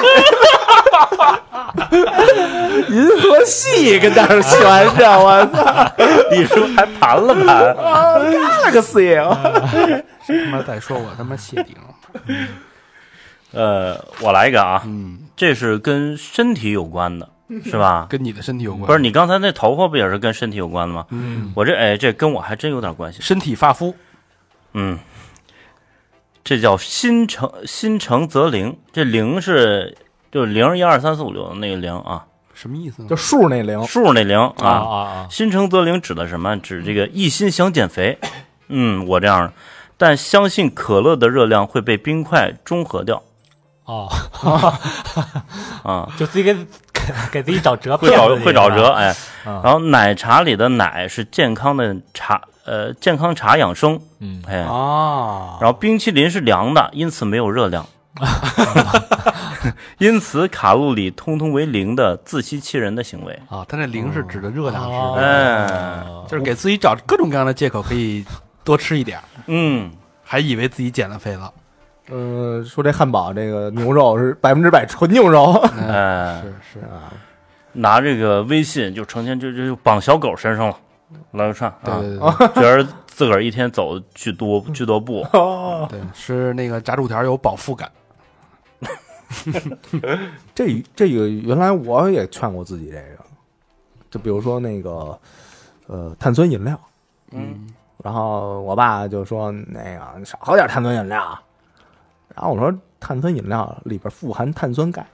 银河系跟那儿悬着，我操
你是不是还盘了盘？
，Galaxy，
他妈再说我他妈谢顶，
呃，我来一个啊，
嗯，
这是跟身体有关 的，是吧？
跟你的身体有关，
不是你刚才那头发不也是跟身体有关的吗？
嗯，
我这哎，这跟我还真有点关系。
身体发肤，
嗯，这叫心诚心诚则灵，这灵是就是零一二三四五六那个零啊，
什么意思呢
就？数那零，
数那零
啊啊啊，
心诚则灵指的什么？指这个一心想减肥。嗯，我这样的，但相信可乐的热量会被冰块中和掉
哦，
啊，
就自己给给自己找辙，
会找
骗自己
会找
是吧
辙。哎，
啊
然后奶茶里的奶是健康的茶，呃，健康茶养生。
嗯，
哎，
啊，
然后冰淇淋是凉的，因此没有热量。因此，卡路里通通为零的自欺欺人的行为，
啊，他那零是指的热量值，
哦
哎，
就是给自己找各种各样的借口可以多吃一点儿，
嗯，
还以为自己减了肥了，
嗯，说这汉堡这个牛肉是百分之百纯牛肉，
哎，
是是，啊
拿这个微信就成天就就就绑小狗身上了，老串
对
啊，
对对对
觉得自个儿一天走巨多巨多步，
对，吃那个炸薯条有饱腹感，
这这个原来我也劝过自己这个，就比如说那个呃碳酸饮料，
嗯，
然后我爸就说那个你少喝点碳酸饮料啊。然后我说碳酸饮料里边富含碳酸钙，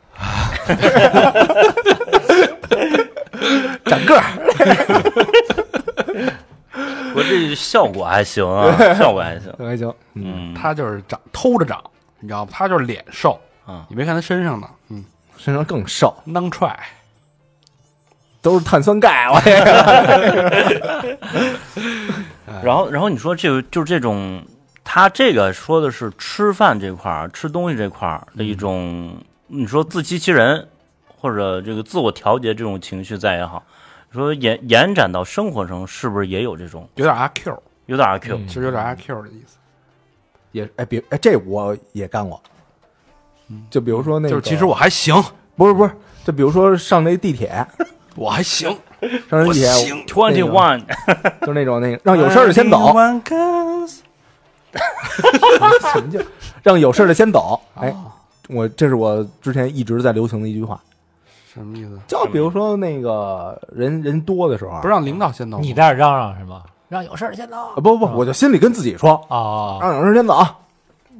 长个儿。
我这效果还行啊，效果还行，
还行，
嗯，
他就是长偷着长，你知道吗？他就是脸瘦
啊，
你别看他身上呢，嗯，
身上更瘦，
囊踹。
都是碳酸钙。啊我这个
然后，然后你说这个就是这种，他这个说的是吃饭这块儿、吃东西这块儿的
嗯
一种，你说自欺欺人或者这个自我调节这种情绪在也好，你说延延展到生活中，是不是也有这种
有点阿 Q，
有点阿 Q？、
嗯
其实有点阿 Q 的意思，
也 哎别哎这我也干过，就比如说那
就
个，
是其实我还行，
不是不是，就比如说上那地铁，
我还行，
上那地铁
我行
Twenty One，
就是那种那个哎让有事儿的先走，什么叫
啊
让有事儿的先
哦
走？哎，我这是我之前一直在流行的一句话，
什么意思？
就比如说那个人人多的时候，
不让领导先走吗，
你在这儿嚷嚷是吗？让有事儿先走
啊，不
嗯
不不，我就心里跟自己说，
哦
让有事先走，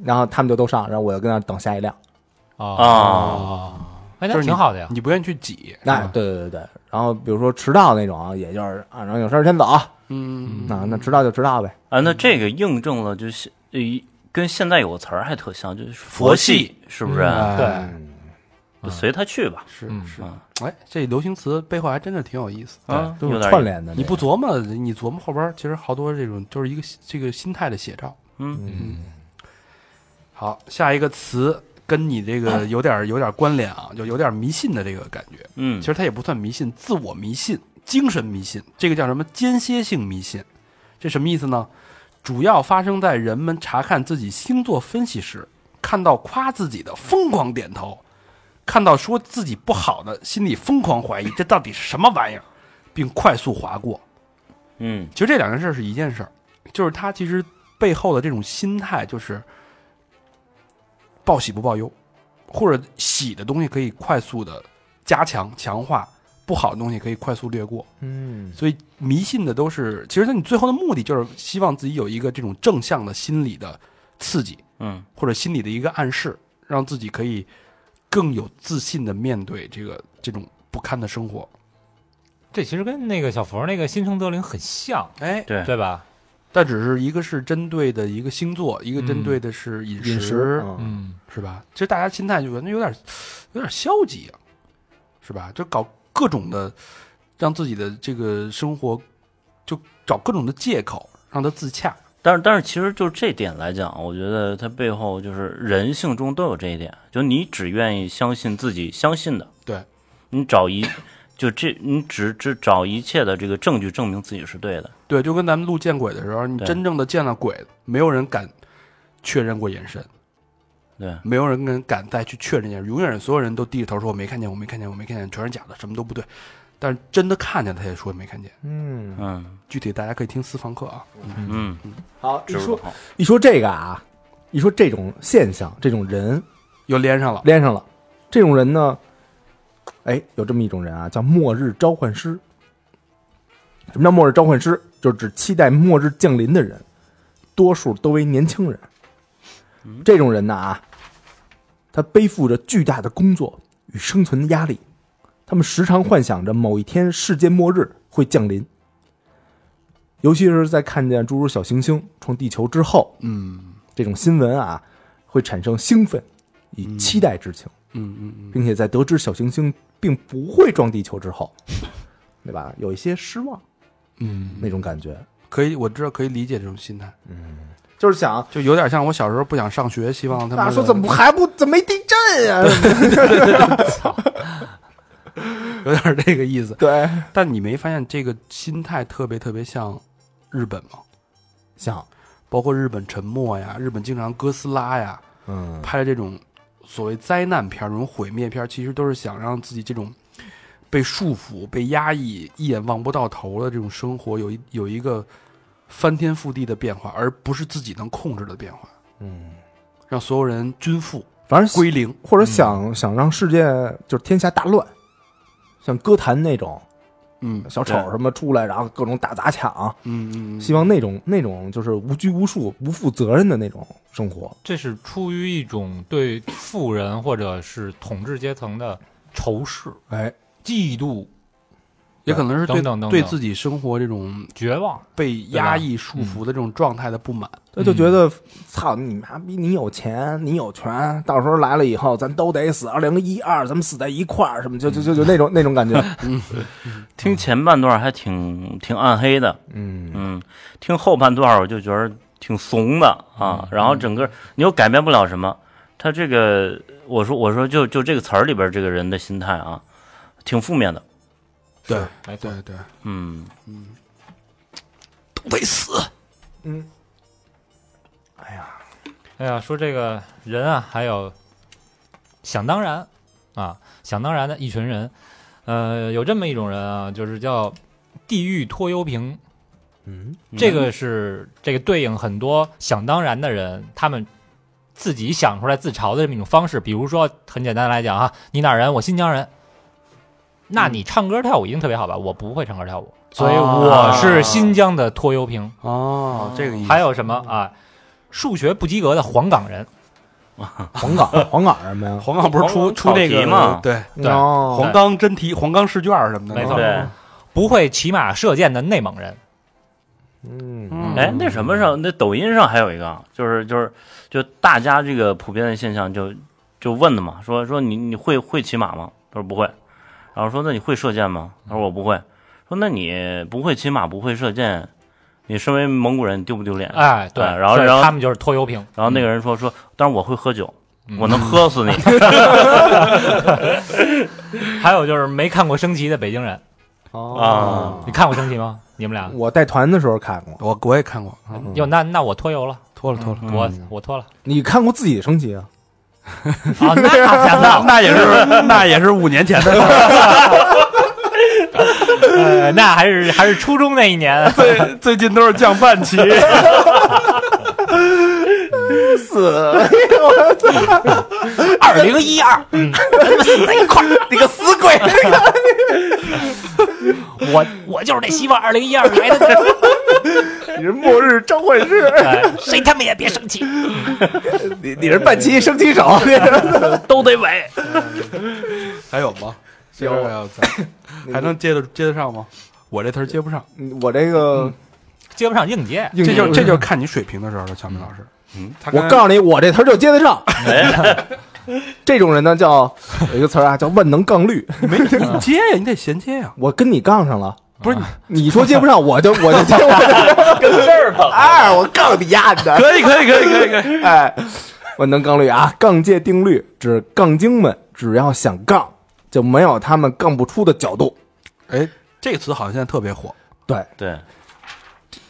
然后他们就都上，然后我就跟那儿等下一辆。
哦哦
啊，
哎，
就是
那
你
挺好的呀。
你不愿意去挤，
那对对对对，然后比如说迟到那种啊，也就是啊，然后有事先走，
嗯，
那那迟到就迟到呗。
啊，那这个印证了就是呃跟现在有个词儿还特像，就是
佛
佛
系
系，是不是？
嗯
哎
对，
就随他去吧，
是
嗯
是，哎，这流行词背后还真是挺有意思。
啊，
都
有
是
点
串，联的那种，
你不琢磨，你琢磨后边儿，其实好多这种就是一个这个心态的写照。
嗯，
好，下一个词跟你这个有点有点关联啊，就有点迷信的这个感觉。
嗯
其，实它也不算迷信，自我迷信，精神迷信，这个叫什么间歇性迷信？这什么意思呢？主要发生在人们查看自己星座分析时，看到夸自己的疯狂点头，看到说自己不好的，心里疯狂怀疑这到底是什么玩意儿，并快速划过。
嗯
其实这两件事儿是一件事儿，就是他其实背后的这种心态就是报喜不报忧，或者喜的东西可以快速的加强强化，不好的东西可以快速略过。
嗯，
所以迷信的都是，其实你最后的目的就是希望自己有一个这种正向的心理的刺激，
嗯，
或者心理的一个暗示，让自己可以更有自信的面对这个这种不堪的生活。
这其实跟那个小佛那个心诚则灵很像，
哎，
对
对吧？
但只是一个是针对的一个星座，一个针对的是嗯饮食，啊
饮食，
嗯，
是吧？其实大家心态就觉得有点有点消极啊，是吧？就搞各种的，让自己的这个生活就找各种的借口让它自洽。
但是但是其实就这点来讲，我觉得它背后就是人性中都有这一点，就你只愿意相信自己相信的，
对
你找一就这你只只找一切的这个证据证明自己是对的，
对，就跟咱们录见鬼的时候，你
对
真正的见了鬼，没有人敢确认过眼神，
对
没有人敢敢再去确认眼神，永远所有人都低着头说我没看见，我没看见，我没看见，全是假的，什么都不对。但是真的看见，他也说没看见。
嗯，
嗯
具体大家可以听私房课啊。
嗯，
好，一
植入
说
好，
一说这个啊，一说这种现象，这种人
又连上了，
连上了，这种人呢，哎，有这么一种人啊，叫末日召唤师。什么叫末日召唤师？就是指期待末日降临的人，多数都为年轻人。这种人呢啊，他背负着巨大的工作与生存的压力，他们时常幻想着某一天世界末日会降临。尤其是在看见诸如小行星冲地球之后，
嗯
这种新闻啊，会产生兴奋与期待之情，
嗯嗯嗯，
并且在得知小行星并不会撞地球之后， 对吧？有一些失望，嗯，那种感觉，
可以，我知道可以理解这种心态，
就是想
就有点像我小时候不想上学，希望他
啊，
们
说怎么还不怎么没地震啊呀？
有点这个意思。
对，
但你没发现这个心态特别特别像日本吗？
想，
包括日本沉没呀，日本经常哥斯拉呀，
嗯，
拍的这种所谓灾难片儿、这种毁灭片儿，其实都是想让自己这种被束缚、被压抑、一眼望不到头的这种生活有一有一个翻天覆地的变化，而不是自己能控制的变化。
嗯，
让所有人均富
反正
归零，
或者
嗯
想想让世界就是天下大乱，像歌坛那种
嗯
小丑什么出来，然后各种打砸抢，
嗯嗯，
希望那种那种就是无拘无束、不负责任的那种生活。
这是出于一种对富人或者是统治阶层的仇视、
哎，
嫉妒、
也可能是对
等等等等
对自己生活这种
绝望。
被压抑束缚的这种状态的不满，
他就觉得，操你妈逼！你有钱，你有权，到时候来了以后，咱都得死。二零一二，咱们死在一块儿，什么就就就就那种那种感觉。
听前半段还挺挺暗黑的，
嗯，
嗯，听后半段我就觉得挺怂的啊，然后整个你又改变不了什么，他这个我说我说就就这个词儿里边这个人的心态啊，挺负面的，
对
没错，
对对，
嗯，
都得死。
哎呀，说这个人啊，还有想当然啊，想当然的一群人，呃，有这么一种人啊，就是叫地狱拖油瓶。嗯，这个是这个对应很多想当然的人，他们自己想出来自嘲的这么一种方式。比如说，很简单来讲啊，你哪儿人？我新疆人。那你唱歌跳舞一定特别好吧？我不会唱歌跳舞，所以我是新疆的拖油瓶。
哦，这个意思。
还有什么啊？数学不及格的黄冈人，
黄冈，黄冈什么呀？
黄 冈不是出
黄冈
出那
考
个嗯
题嘛
对，
对
哦
黄冈真题、黄冈试卷什么的。
没错
对，
不会骑马射箭的内蒙人，
嗯，
哎，那什么上，那抖音上还有一个，就是就是就大家这个普遍的现象就，就问的嘛，说说你你会会骑马吗？他说不会，然后说那你会射箭吗？他说我不会，说那你不会骑马不会射箭，你身为蒙古人你丢不丢脸？
哎，对，
哎然后
所以
然后
他们就是拖油瓶，
然后那个人说说，但是我会喝酒，我能喝死你。
还有就是没看过升旗的北京人，
啊，
你看过升旗吗？你们俩？
哦我带团的时候看过，
我我也看过，嗯
哟，那那我脱油了，
脱了脱
嗯
了，
我我脱了。
你看过自己升旗啊？
啊，那那
那 那也是那也是五年前的事儿，，
呃，那还是还是初中那一年
最最近都是降半 旗。
二零一二，嗯，死在一块儿，你个死鬼！我我就是那希望二零一 二来的，
你是末日召唤师，
哎谁他妈也别生气，
你你是半旗升旗手，
都得萎。
还有吗？
有
还有咱 还能接得接得上吗？我这词儿接不上，
我这个
接不上应接，
应
这
景
就是这就是看你水平的时候了，小明老师。嗯，他
我告诉你，我这词儿就接得上。
哎
这种人呢，叫有一个词儿啊，叫万能杠绿。
你 没你接呀，你得衔接呀。
我跟你杠上了，
不是你
你说接不上，我就我就接 我跟这儿了。 哎，我杠你丫的！
啊可以可以可以可以可以，
哎，万能杠律啊，杠界定律指杠精们只要想杠，就没有他们杠不出的角度。
哎，这个词好像现在特别火。
对
对，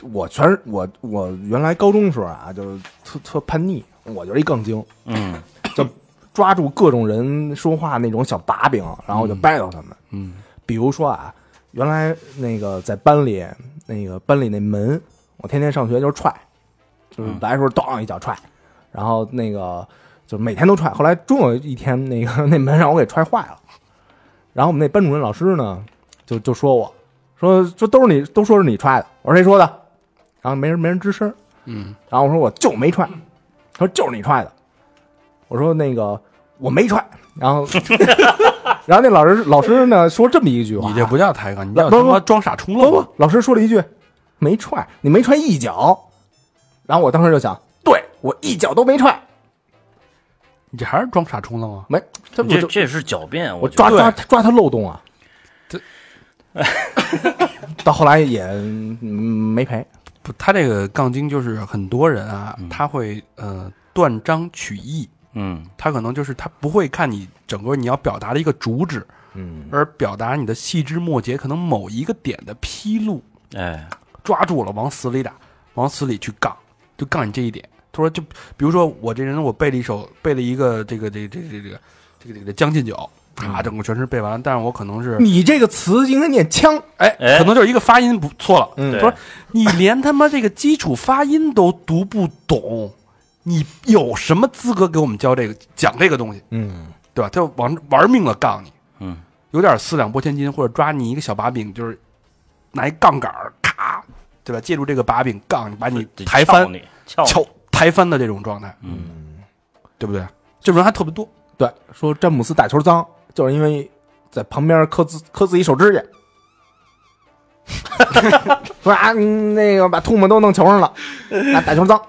我全是我我原来高中的时候啊，就是特特叛逆，我就是一杠精，
嗯，
就抓住各种人说话那种小把柄，然后我就掰到他们。
嗯，
比如说啊，原来那个在班里，那个班里那门，我天天上学就是踹，就是
嗯
来的时候当一脚踹，然后那个就是每天都踹。后来终有一天，那个那门让我给踹坏了，然后我们那班主任老师呢，就就说我说说都是你都说是你踹的，我说谁说的？然后没人没人吱声，
嗯，
然后我说我就没踹，他说就是你踹的，我说那个我没踹，然后 然后那老师老师呢说这么一句话，
你这啊不叫抬杠，你叫
不
他
不
妈装傻充
不
愣
不。，老师说了一句没踹，你没踹一脚，然后我当时就想，对我一脚都没踹，
你这还是装傻充愣啊？
没这不
这
就
这是狡辩，
我
我觉
抓
得
抓抓他漏洞啊，
这
到后来也嗯没赔，
不，他这个杠精就是很多人啊，他会呃断章取义，
嗯
他可能就是他不会看你整个你要表达的一个主旨，
嗯，
而表达你的细枝末节，可能某一个点的披露，
哎
抓住了往死里打，往死里去杠，就杠你这一点。他说就比如说我这人，我背了一首，背了一个这个这个这个这个这个这个这个《将进酒》，啊，整个全诗背完了，但是我可能是
你这个词应该念枪，哎，
哎
可，能就是一个发音不错了。
嗯
对
说你连他妈这个基础发音都读不懂，你有什么资格给我们教这个讲这个东西，
嗯，
对吧？他就往玩命的杠你，
嗯，
有点四两拨千斤，或者抓你一个小把柄，就是拿一杠杆儿咔，对吧？借助这个把柄杠你，把你
得
抬
撬
翻，
你，撬你
敲抬翻的这种状态，
嗯，
对不对？这种人还特别多。
对，说詹姆斯打球脏，就是因为在旁边磕自磕自己手指甲。 说啊，嗯那个把唾沫都弄球上了，啊，打球脏，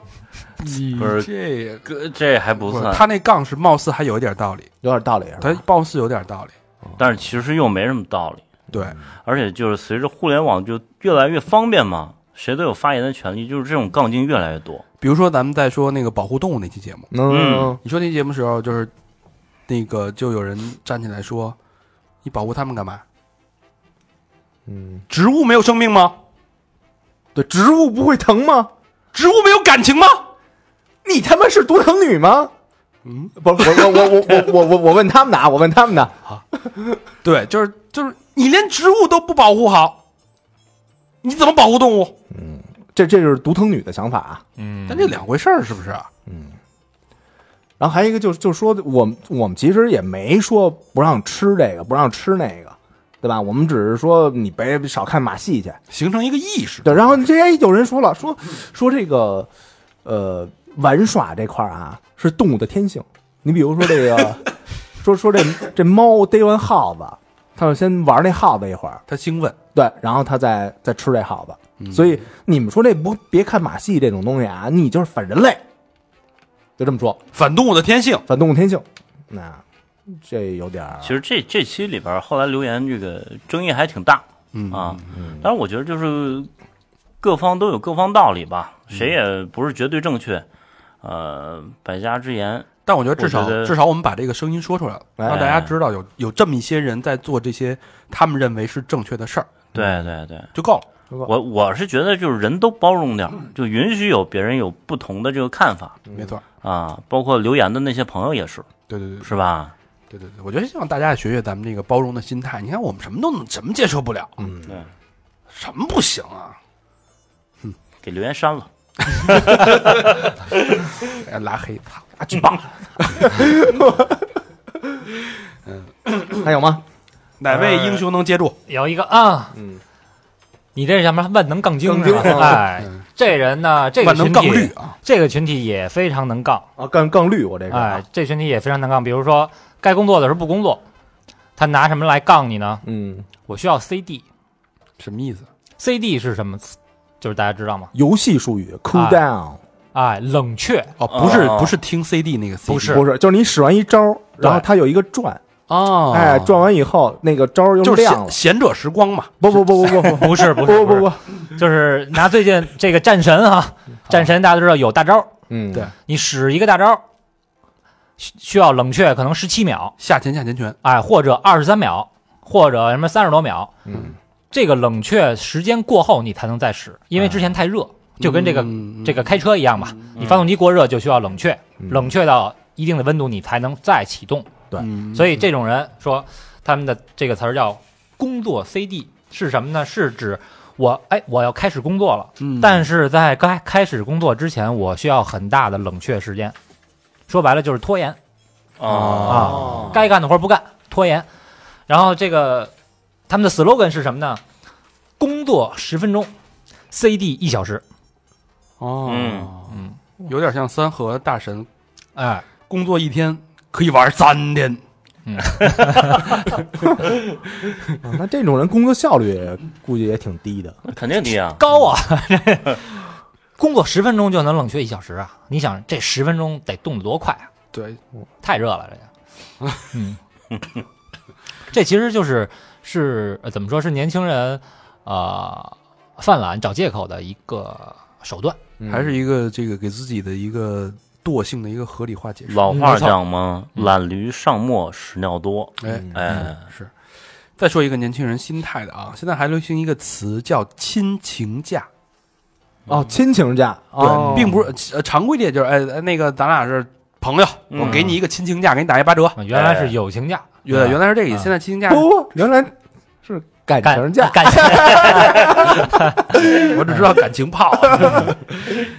不
是
这
哥这还不算，
他那杠是貌似还有一点道理，
有点道理啊是吧？
他貌似有点道理。
但是其实又没什么道理，
对，
而且就是随着互联网就越来越方便嘛，谁都有发言的权利，就是这种杠精越来越多，
比如说咱们在说那个保护动物那期节目，
嗯，
你说那节目时候，就是那个就有人站起来说：“你保护它们干嘛？
嗯，
植物没有生命吗？
对，植物不会疼吗？
植物没有感情吗？
你他妈是独藤女吗？
嗯，
不，我我我我我我我我问他们的啊，我问他们的，
对，就是就是，你连植物都不保护好，你怎么保护动物？
这这就是独藤女的想法啊。
嗯
但这两回事儿，是不是？啊
然后还有一个就是，就说我们我们其实也没说不让吃这个，不让吃那个，对吧？我们只是说你别少看马戏去。
形成一个意识。
对，然后这些有人说了，说说这个，呃，玩耍这块儿啊，是动物的天性。你比如说这个， 说说这这猫逮完耗子，它就先玩那耗子一会儿，
他兴奋，
对，然后它再再吃这耗
嗯
子。所以你们说这不别看马戏这种东西啊，你就是反人类，就这么说，
反动物的天性。
反动物天性。那这有点儿
其实这这期里边儿后来留言这个争议还挺大，
嗯
啊，但是我觉得就是各方都有各方道理吧，谁也不是绝对正确，呃，百家之言，
但我觉得至少
我觉得
至少我们把这个声音说出来了，
哎
让大家知道有有这么一些人在做这些他们认为是正确的事儿。
对对对，
就够了。
我我是觉得就是人都包容点儿，就允许有别人有不同的这个看法
没错，
啊，包括留言的那些朋友也是，
对对对
是吧？
对对对，我觉得希望大家也学学咱们这个包容的心态。你看我们什么都能，什么接受不了，嗯，
对，
什么不行啊？
给留言删了，
哎拉黑，操！
啊，举报。还有吗？
哪位英雄能接住？
有一个啊，
嗯，
你这什么万能杠精是吧？
杠精
哎，这人呢，这个
万能
群
杠绿
体，
啊！
这个群体也非常能杠，
啊，更更绿我这个
哎
啊，，
这群体也非常能杠。比如说，该工作的时候不工作，他拿什么来杠你呢？
嗯，
我需要 CD，CD
什么意思？
是什么？就是大家知道吗？
游戏术语 cool
啊
down，
哎，冷却
哦，不是
哦
不是听 CD 那个 CD，
不是
不是，就是你使完一招，然后它有一个转，
哦，
哎，转完以后那个招又
就是
亮了
贤。贤者时光嘛。
不不不不不不
不是不是不
不不
是，
不，
就是拿最近这个战神啊，战神大家都知道有大招，
嗯，
对
你使一个大招，需需要冷却可能十七秒，
下前下前拳，
哎，或者二十三秒，或者什么三十多秒，
嗯，
这个冷却时间过后你才能再使，因为之前太热，就跟这个、
嗯
这个开车一样嘛，
嗯
你发动机过热就需要冷却，
嗯
冷却到一定的温度你才能再启动。
嗯
所以这种人说他们的这个词儿叫工作 CD 是什么呢？是指我哎我要开始工作了，
嗯
但是在该开始工作之前，我需要很大的冷却时间。说白了就是拖延
哦，
啊，该干的活儿不干，拖延。然后这个他们的 slogan 是什么呢？工作十分钟，CD 一小时。
哦，
嗯
有点像三和大神，
哎，
工作一天可以玩三天，
啊那这种人工作效率估计也挺低的。
肯定低啊，
高啊！ 工作十分钟就能冷却一小时啊！你想这十分钟得冻得多快啊！
对，
太热了，这个。 嗯，这其实就是是、呃怎么说是年轻人啊、呃、犯懒找借口的一个手段。
嗯
还是一个这个给自己的一个惰性的一个合理化解释。
老话讲嘛，懒驴上磨，屎尿多，
哎，
哎，
是。再说一个年轻人心态的啊，现在还流行一个词叫亲情价，
哦，亲情价，哦
对，并不是呃常规的，就是哎哎那个咱俩是朋友，
嗯
我给你一个亲情价，给你打一八折。
呃原来是友情价，
原来原来是这个意思，
嗯
现在亲情 价，
不不， 原来是感
感
情价，
感情
我只知道感情 炮。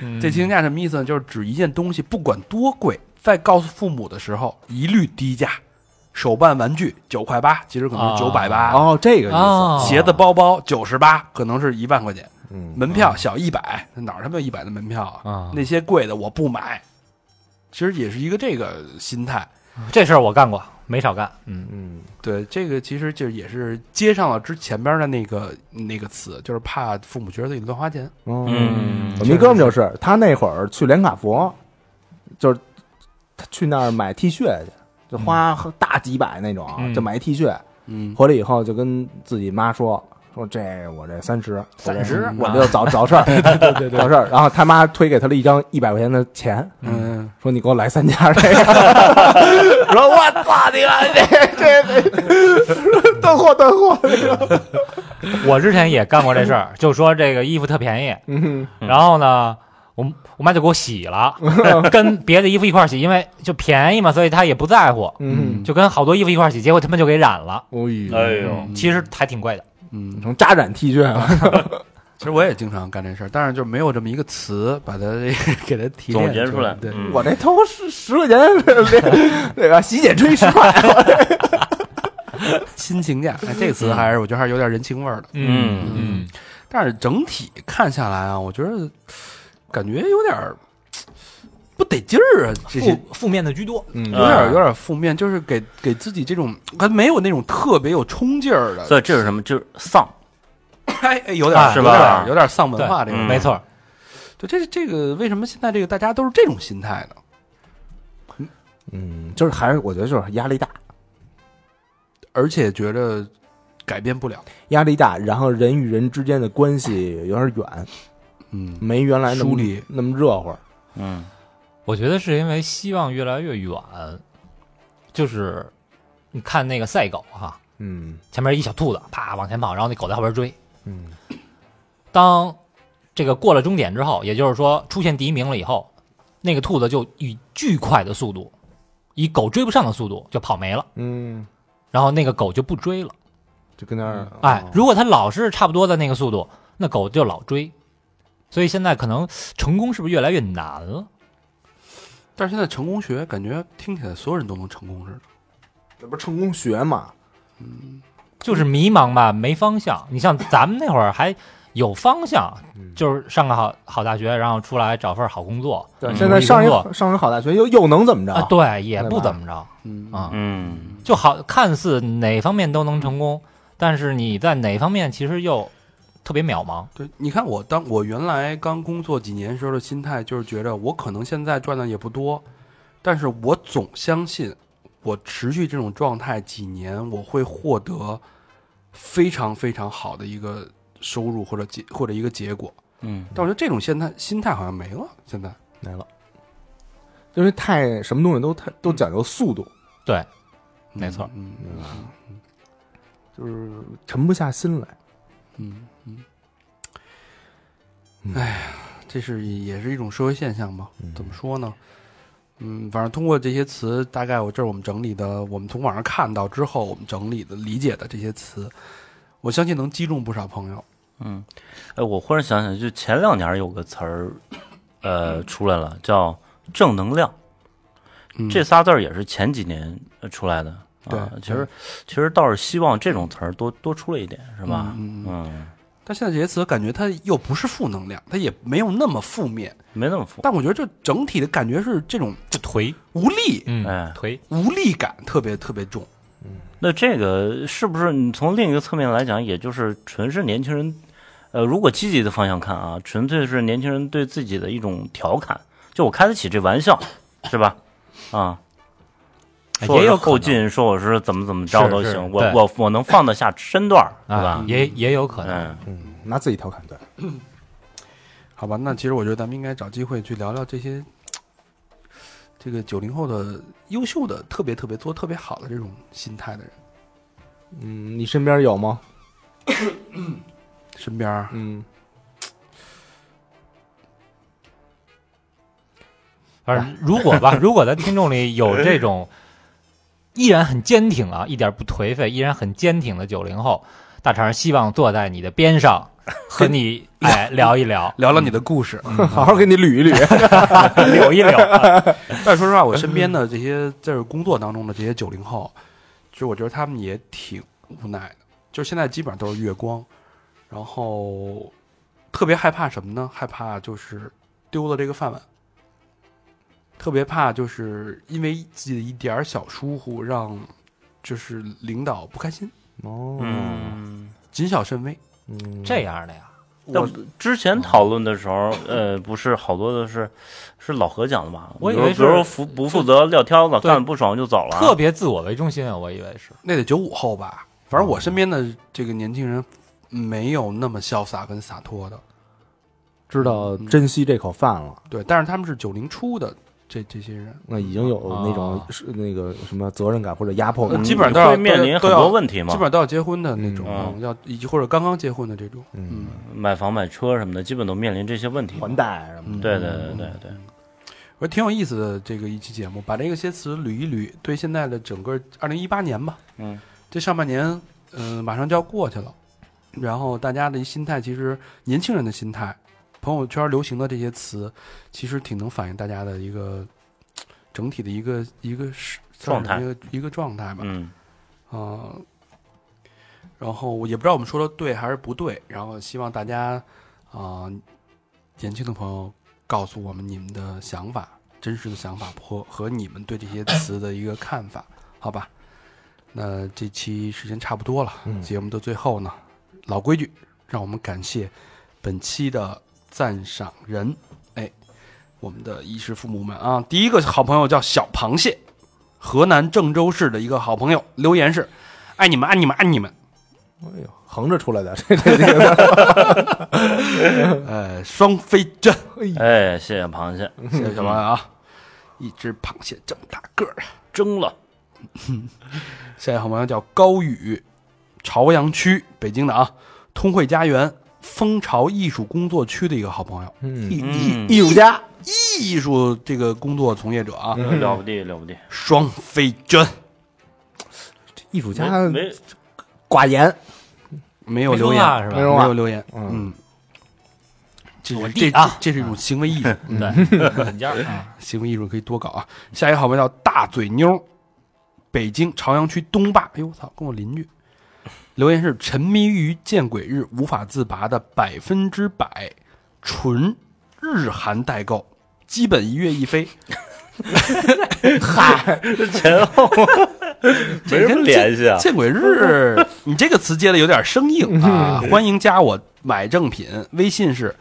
嗯
这亲情价什么意思呢？就是指一件东西不管多贵，在告诉父母的时候一律低价。手办玩具九块八，其实可能是九
啊
百八。
哦，这个意思，
啊，
鞋子、包包九十八，可能是一万块钱。
嗯，
门票小一百，哪儿他妈有一百的门票啊？
啊，
那些贵的我不买。其实也是一个这个心态。
这事儿我干过，没少干。嗯，
嗯，
对，这个其实就也是接上了之前边的那个那个词，就是怕父母觉得自己乱花钱。
哦
嗯
我们一哥们就是他那会儿去连卡佛，就是他去那儿买 T 恤去，就花大几百那种啊，
嗯
就买一 T 恤，
嗯，
回来以后就跟自己妈说。说这我这三十，我这
啊
30
我就找找事 儿，找事儿。然后他妈推给他了一张一百块钱的钱，
嗯，
说你给我来三家这个。 我说我操你妈这这断货断货那个。
我之前也干过这事儿，就说这个衣服特便宜，
嗯
然后呢，我我妈就给我洗 了，跟别的衣服一块儿洗，因为就便宜嘛，所以她也不在乎，
嗯，
就跟好多衣服一块儿洗，结果他们就给染了。
哎
哎呦，
其实还挺贵的，
嗯，
成扎染 T 恤啊了。
其实我也经常干这事儿，但是就没有这么一个词把它这个给它提炼
总结出来
对，
嗯
我这偷十十块钱，那个洗剪吹十块。
亲情价，哎，这个词还是我觉得还是有点人情味儿的。
嗯
嗯，但是整体看下来啊，我觉得感觉有点儿不得劲儿啊，这些
负负面的居多，
嗯
有点儿
啊
有点儿负面，就是给给自己这种还没有那种特别有冲劲儿的，
所以这是什么？就是丧，
哎，哎有点儿
啊
有
是
点
吧
儿有点儿丧文化这
对
个，
嗯
没错儿，
对，这这个为什么现在这个大家都是这种心态呢？
嗯，就是还是我觉得就是压力大，
而且觉着改变不了，
压力大，然后人与人之间的关系有点远，
嗯，
没原来那
疏
么
离
那么热乎。
嗯，
我觉得是因为希望越来越远，就是你看那个赛狗哈、
嗯，
前面一小兔子啪往前跑，然后那狗在后边追，
嗯，
当这个过了终点之后，也就是说出现第一名了以后，那个兔子就以巨快的速度，以狗追不上的速度就跑没了，
嗯，
然后那个狗就不追了。
就跟那儿，哦
哎，如果它老是差不多的那个速度，那狗就老追。所以现在可能成功是不是越来越难了？
但是现在成功学感觉听起来所有人都能成功似的。
那不是成功学嘛？
就是迷茫吧，没方向。你像咱们那会儿还有方向，就是上个好好大学，然后出来找份好工作
对，
嗯
现在上
努力工
一上一好大学又又能怎么着
啊，？对，也
对吧
不怎么着
嗯
啊，
嗯，
就好，看似哪方面都能成功，但是你在哪方面其实又特别渺茫。
对，你看我当我原来刚工作几年时候的心态，就是觉着我可能现在赚的也不多，但是我总相信，我持续这种状态几年，我会获得非常非常好的一个收入或者结或者一个结果。
嗯，
但我觉得这种心态心态好像没了，现在
没了，因为太什么东西都太都讲究速度，
对，没错，
嗯
就是沉不下心来。
嗯嗯。哎呀，这是也是一种社会现象吧？怎么说呢？嗯，反正通过这些词，大概我这是我们整理的，我们从网上看到之后，我们整理的理解的这些词，我相信能击中不少朋友。
嗯，哎，我忽然想起来，就前两年有个词儿，呃，出来了，叫正能量。
嗯、
这仨字儿也是前几年呃出来的。啊，
对
其实其实倒是希望这种词儿多多出来一点，是吧？
嗯嗯
嗯，
但现在这些词感觉它又不是负能量，它也没有那么负面，
没那么复，
但我觉得这整体的感觉是这种
就颓，
无力、
嗯，
哎
颓，
无力感特别特别重。
那这个是不是你从另一个侧面来讲，也就是纯是年轻人，呃，如果积极的方向看啊，纯粹是年轻人对自己的一种调侃，就我开得起这玩笑，是吧？啊，说我
哎也
是
有可
后
能
进，说我是怎么怎么着都
是是
行，
对
我我我能放得下身段儿，是
啊
吧，？
也也有可能。
嗯，
嗯，拿自己调侃对，
好吧，那其实我觉得咱们应该找机会去聊聊这些，这个九零后的优秀的、特别特别做得特别好的这种心态的人
嗯，你身边有吗？
身边儿。
嗯，
反正如果 吧，如果在听众里有这种依然很坚挺啊，一点不颓废，依然很坚挺的九零后，大肠希望坐在你的边 上，和你哎聊一聊，
聊聊你的故事，
好好给你捋一捋。
哎
聊 一聊。
但说实话，我身边的这些在这工作当中的这些九零后，其实我觉得他们也挺无奈的，就是现在基本上都是月光，然后特别害怕什么呢？害怕就是丢了这个饭碗，特别怕就是因为自己的一点儿小疏忽，让就是领导不开心，
哦，
嗯，
谨小慎微。
嗯
这样的呀，
那
我
之前讨论的时候，呃，不是好多的是是老何讲的吧？
我以
比如
为
比如
是
说不不负责撂挑子，
对
干不爽就走了啊，
特别自我为中心啊，我以为是。
那得九五后吧，反正我身边的这个年轻人没有那么潇洒跟洒脱的，
知道珍惜这口饭了，
嗯
对，但是他们是九零初的这这些人。
那已经有那
啊
种是那个什么责任感或者压迫感
呃。基本上都要
嗯会面临很
都
多
要
问题嘛
基本。上都要结婚的那种，
嗯
嗯要以及或者刚刚结婚的这种，
嗯，
买房、买车什么的，基本都面临这些问题。
还贷什么
对
的。
对对对对，
我觉得挺有意思的这个一期节目，把这个些词捋一捋，对现在的整个二零一八年吧，
嗯，
这上半年，嗯、马上就要过去了，然后大家的心态，其实年轻人的心态，朋友圈流行的这些词，其实挺能反映大家的一个整体的一个一个是
状态
一个一个状态吧，
嗯，
啊、然后我也不知道我们说的对还是不对，然后希望大家啊、年轻的朋友告诉我们你们的想法，真实的想法和和你们对这些词的一个看法，好吧？那这期时间差不多了，节目的最后呢，老规矩，让我们感谢本期的赞赏人，哎，我们的衣食父母们啊，第一个好朋友叫小螃蟹，河南郑州市的一个好朋友，留言是：爱你们，爱你们，爱你们。
哎呦，横着出 来的， 这这这个，
嗯
呃，双飞针，
哎，谢谢螃蟹，
谢谢小朋友啊，
嗯
一只螃蟹这么大个儿啊。
蒸了，
下一个好朋友叫高宇，朝阳区，北京的啊，通惠家园蜂巢艺术工作区的一个好朋友，
嗯，
艺艺
嗯，
艺术家，
艺术这个工作从业者啊，
嗯
了不地了不地，
双飞娟
艺术家
没没
寡言，
没有
没
留
说
言，
话是
没
吧？
说
没
话
有留言，
嗯
嗯，这
我
是
弟
这
啊
这是一种行为艺术，
对，本家啊，
行为艺术可以多搞啊。下一个好朋友叫大嘴妞儿，北京朝阳区东坝。哎呦我操，跟我邻居。留言是沉迷于见鬼日无法自拔的百分之百纯日韩代购，基本一月一飞。
前后没什么
跟
联系啊。
见鬼日，你这个词接的有点生硬
嗯
啊！欢迎加我买正品，微信是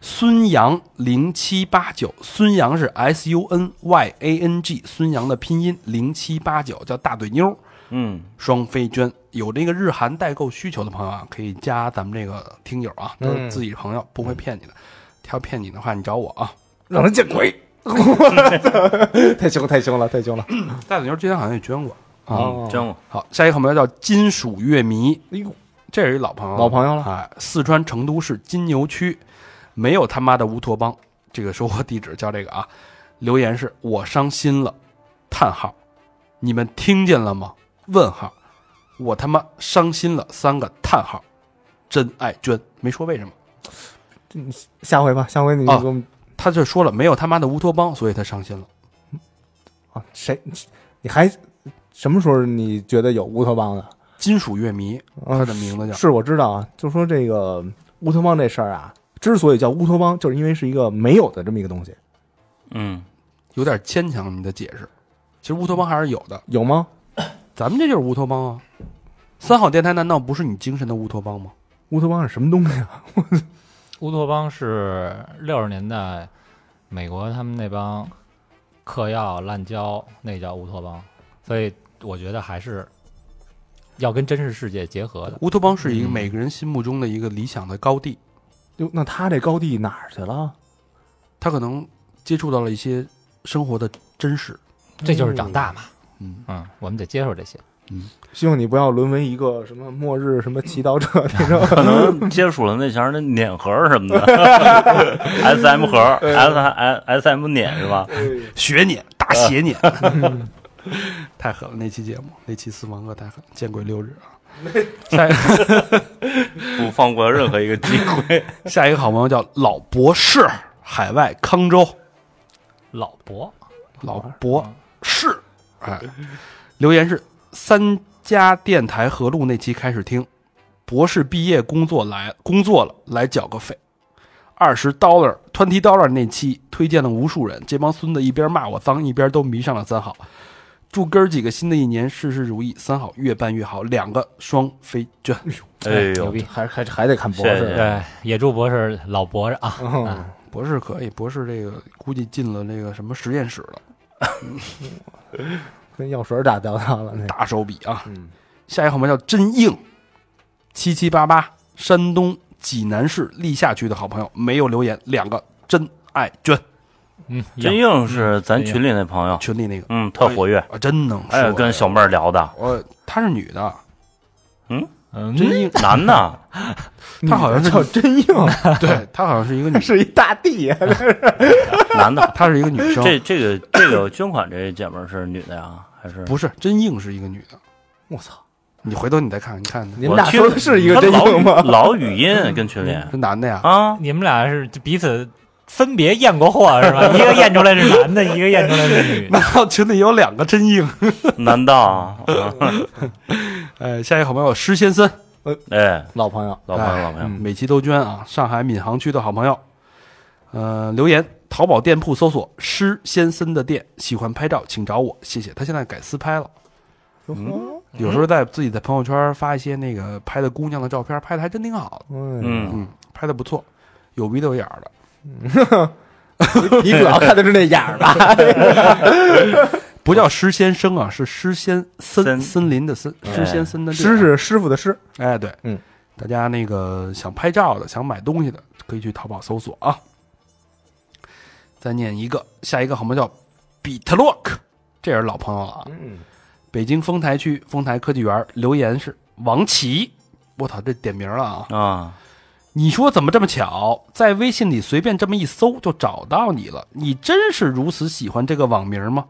孙杨零七八九，孙杨是 S U N Y A N G，孙杨的拼音零七八九叫大嘴妞儿
嗯，
双飞娟。有这个日韩代购需求的朋友啊，可以加咱们这个听友啊，都是
嗯
自己朋友，不会骗你的。他要骗你的话，你找我啊。
让人见鬼！ 太凶太凶了，太凶了！
大嘴妞儿之前好像也捐过啊。
哦
嗯真我
好，下一个好朋友叫金属乐迷，
哎呦，
这是一老朋友，
老朋友了
啊！四川成都市金牛区，没有他妈的乌托邦，这个收货地址叫这个啊。留言是我伤心了，叹号，你们听见了吗？问号，我他妈伤心了三个叹号，真爱娟没说为什么，
下回吧，下回你
啊
给我们
他就说了没有他妈的乌托邦，所以他伤心了。
啊，谁？你还什么时候你觉得有乌托邦的？
金属乐迷，他
啊，
的名字
哎
叫
是我知道啊，就说这个乌托邦这事儿啊，之所以叫乌托邦，就是因为是一个没有的这么一个东西，
嗯，
有点牵强，你的解释。其实乌托邦还是有的，
有吗？
咱们这就是乌托邦啊。三好电台难道不是你精神的乌托邦吗？
乌托邦是什么东西啊？
乌托邦是六十年代美国他们那帮嗑药滥交，那叫乌托邦，所以我觉得还是要跟真实世界结合的。
乌托邦是一个每个人心目中的一个理想的高地，
哟，那他这高地哪儿去了？
他可能接触到了一些生活的真实。
这就是长大嘛。
嗯
嗯，我们得接受这些。
嗯希望你不要沦为一个什么末日什么祈祷者那种。
可能接触了那前儿那碾盒儿什么的，S M 盒儿，S S S M 碾是吧？
学你大邪你， 太狠了！那期节目，那期私房课太狠，见鬼六日啊！下一个
不放过任何一个机会。
下一个好朋友叫老博士，海外康州
老伯，
老嗯博士，哎，留言是三家电台合录那期开始听，博士毕业工作来工作了，来缴个费。二十 dollar twenty dollar 那期推荐了无数人，这帮孙子一边骂我脏，一边都迷上了三好。祝哥儿几个新的一年事事如意，三好越办越好，两个双飞卷。
哎
牛
呦，
逼！
还还还得看博士
是
的，
对，呃野猪博士，老博士啊，
嗯
博士可以，博士这个估计进了那个什么实验室了，
跟药水打交道了那个。
大手笔啊！
嗯，
下一个好朋友叫真硬，七七八八，山东济南市历下区的好朋友，没有留言，两个真爱娟
嗯，
真
有
硬是咱群里那朋友，
群里那个
嗯，特活跃，
啊，真能说
哎，
呀，
跟小妹儿聊的，
我她是女的，
嗯，
真硬，
男的，
他好 像是
叫真硬，
对她好像是一个女，
是一大啊地呀。
男的。
她是一个女生，
这这个这个捐款这姐们儿是女的呀，还是？
不是真硬是一个女的，
我操！
你回头你再看看，你看
你
看
们
我
俩
听
说的是一个
他
真
老
硬吗？
老语音跟群里
是男的呀，
啊，
你们俩是彼此分别验过货 是吧？一个验出来是男的，一个验出来是女的。
然后群里有两个真硬，
难道？ 啊
呃，下一个好朋友施先森，
哎，
老朋友，
老朋友
哎
老朋友，
每期都捐啊！上海闵行区的好朋友，呃，留言淘宝店铺搜索“施先森的店”，喜欢拍照请找我，谢谢。他现在改私拍了，
嗯
有时候在自己的朋友圈发一些那个拍的姑娘的照片，拍的还真挺好的，
嗯，
嗯，拍的不错，有鼻子有眼儿的。
你主要看的是那样儿吧？
不叫施先生啊，是施先森
森
森林的森，
哎
施先森的店
师是师傅的师，
哎，对，
嗯，
大家那个想拍照的、想买东西的，可以去淘宝搜索啊。再念一个，下一个好朋友叫比特洛克，这也是老朋友了啊。
嗯，
北京丰台区丰台科技园留言是王琦，我操，这点名了啊！
啊，
你说怎么这么巧，在微信里随便这么一搜就找到你了？你真是如此喜欢这个网名吗？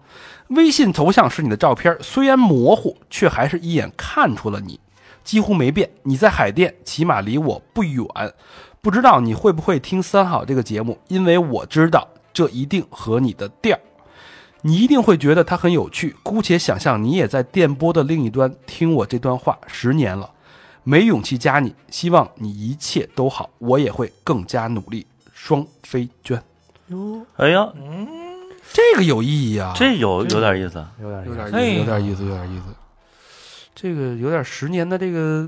微信头像是你的照片，虽然模糊，却还是一眼看出了你，几乎没变。你在海淀，起码离我不远。不知道你会不会听三好这个节目，因为我知道这一定合你的调儿，你一定会觉得它很有趣。姑且想象你也在电波的另一端听我这段话，十年了。没勇气加你，希望你一切都好，我也会更加努力。双飞娟，
哎呀，
这个有意义啊，
这有有点意思，
有点
有点
哎
意思，
呀
有点意思，有点意思。这个有点十年的这个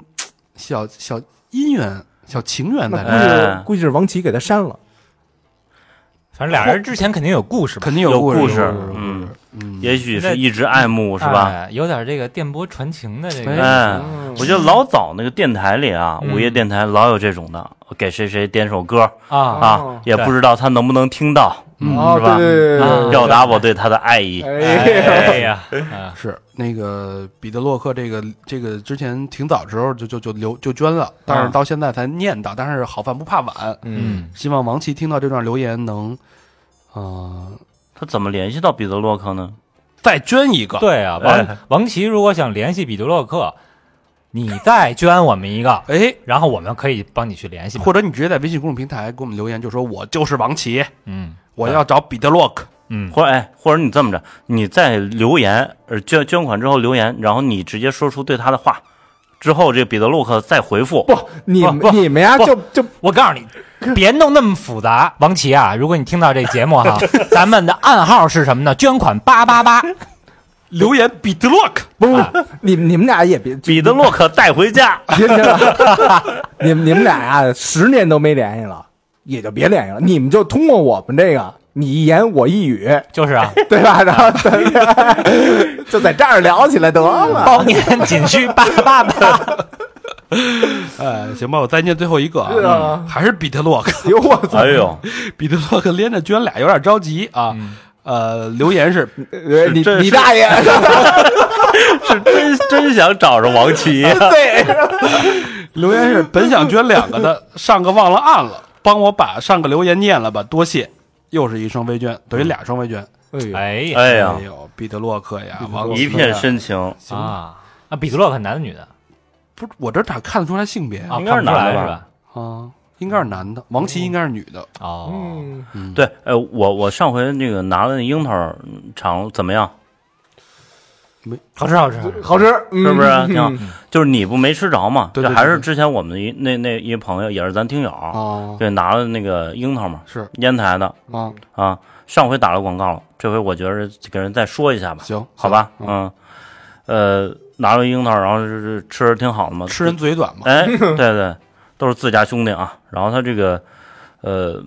小小姻缘、小情缘在
那
这儿，
估计
哎
是估计是王琦给他删了，
反正俩人之前肯定有故 事吧，
肯定有
有
故
故
事
事
有故事
嗯
嗯，
也许是一直爱慕是吧？
哎？有点这个电波传情的这个，
哎
嗯
我觉得老早那个电台里啊，
嗯
午夜电台老有这种的，给谁谁点首歌
啊，
啊，也不知道他能不能听到，
哦，
是吧嗯
对对
啊
表达我对他的爱意。
对，哎，
哎呀，啊
是那个彼得洛克这个这个之前挺早时候就就就留就捐了，但是到现在才念叨，但是好饭不怕晚，
嗯，
嗯，
希望王琦听到这段留言能，呃，
他怎么联系到彼得洛克呢？
再捐一个，
对啊，
哎
王王琦如果想联系彼得洛克，你再捐我们一个，
哎，
然后我们可以帮你去联系嘛。
或者你直接在微信公众平台给我们留言，就说我就是王琦，
嗯
我要找彼得洛克。
嗯，
或者哎，或者你这么着，你在留言呃捐捐款之后留言，然后你直接说出对他的话，之后这彼得洛克再回复。
不，你
不
你们呀，
不
就就
我告诉你，别弄那么复杂。王琦 啊，如果你听到这节目哈， 咱们的暗号是什么呢？捐款八八八。
留言彼得洛克，
不是你你们俩也别
彼得洛克带回家，
别别了， 你们你们俩呀，十年都没联系了，也就别联系了。你们就通过我们这个，你一言我一语，
就是啊，
对吧？ 然后就在这儿聊起来得
哎
了。
包年仅需八八八。
哎，行吧，我再念最后一个
是
啊，
啊，
还是彼得洛克，
哎呦我操！
哎呦，
彼得洛克连着捐俩，有点着急啊。呃，留言是
呃你
这是
你 大爷！
是真真想找着王
哎
琦呀、
对，
留言是本想捐两个的，上个忘了按了，帮我把上个留言念了吧，多谢。又是一双微捐，等于俩双微捐。
哎呀
哎呀
哎，呦，彼得洛克呀，
嗯彼得洛
王
克
琦
一
呀
片深情，
啊啊！彼得洛克男的女的
不是，我这哪看得出来性别
啊？
应该是
看不出来
男
是
的吧
吧？
啊？应该是男的，王琦应该是女的。
哦，
嗯，
对，呃，我我上回那个拿的那樱桃肠怎么样？
好吃好吃，
好吃，嗯是
是不是啊挺好就是你不没吃着嘛？
对对对
这还是之前我们一那那一朋友也是咱听友，
啊
对，拿了那个樱桃嘛，
是
烟台的
啊，
啊。上回打了广告了，这回我觉得给人再说一下吧，
行，
好吧？
行，
嗯，呃，拿了樱桃，然后就是吃着挺好的嘛，
吃人嘴短嘛，
嗯哎，对对，都是自家兄弟啊。然后他这个，呃，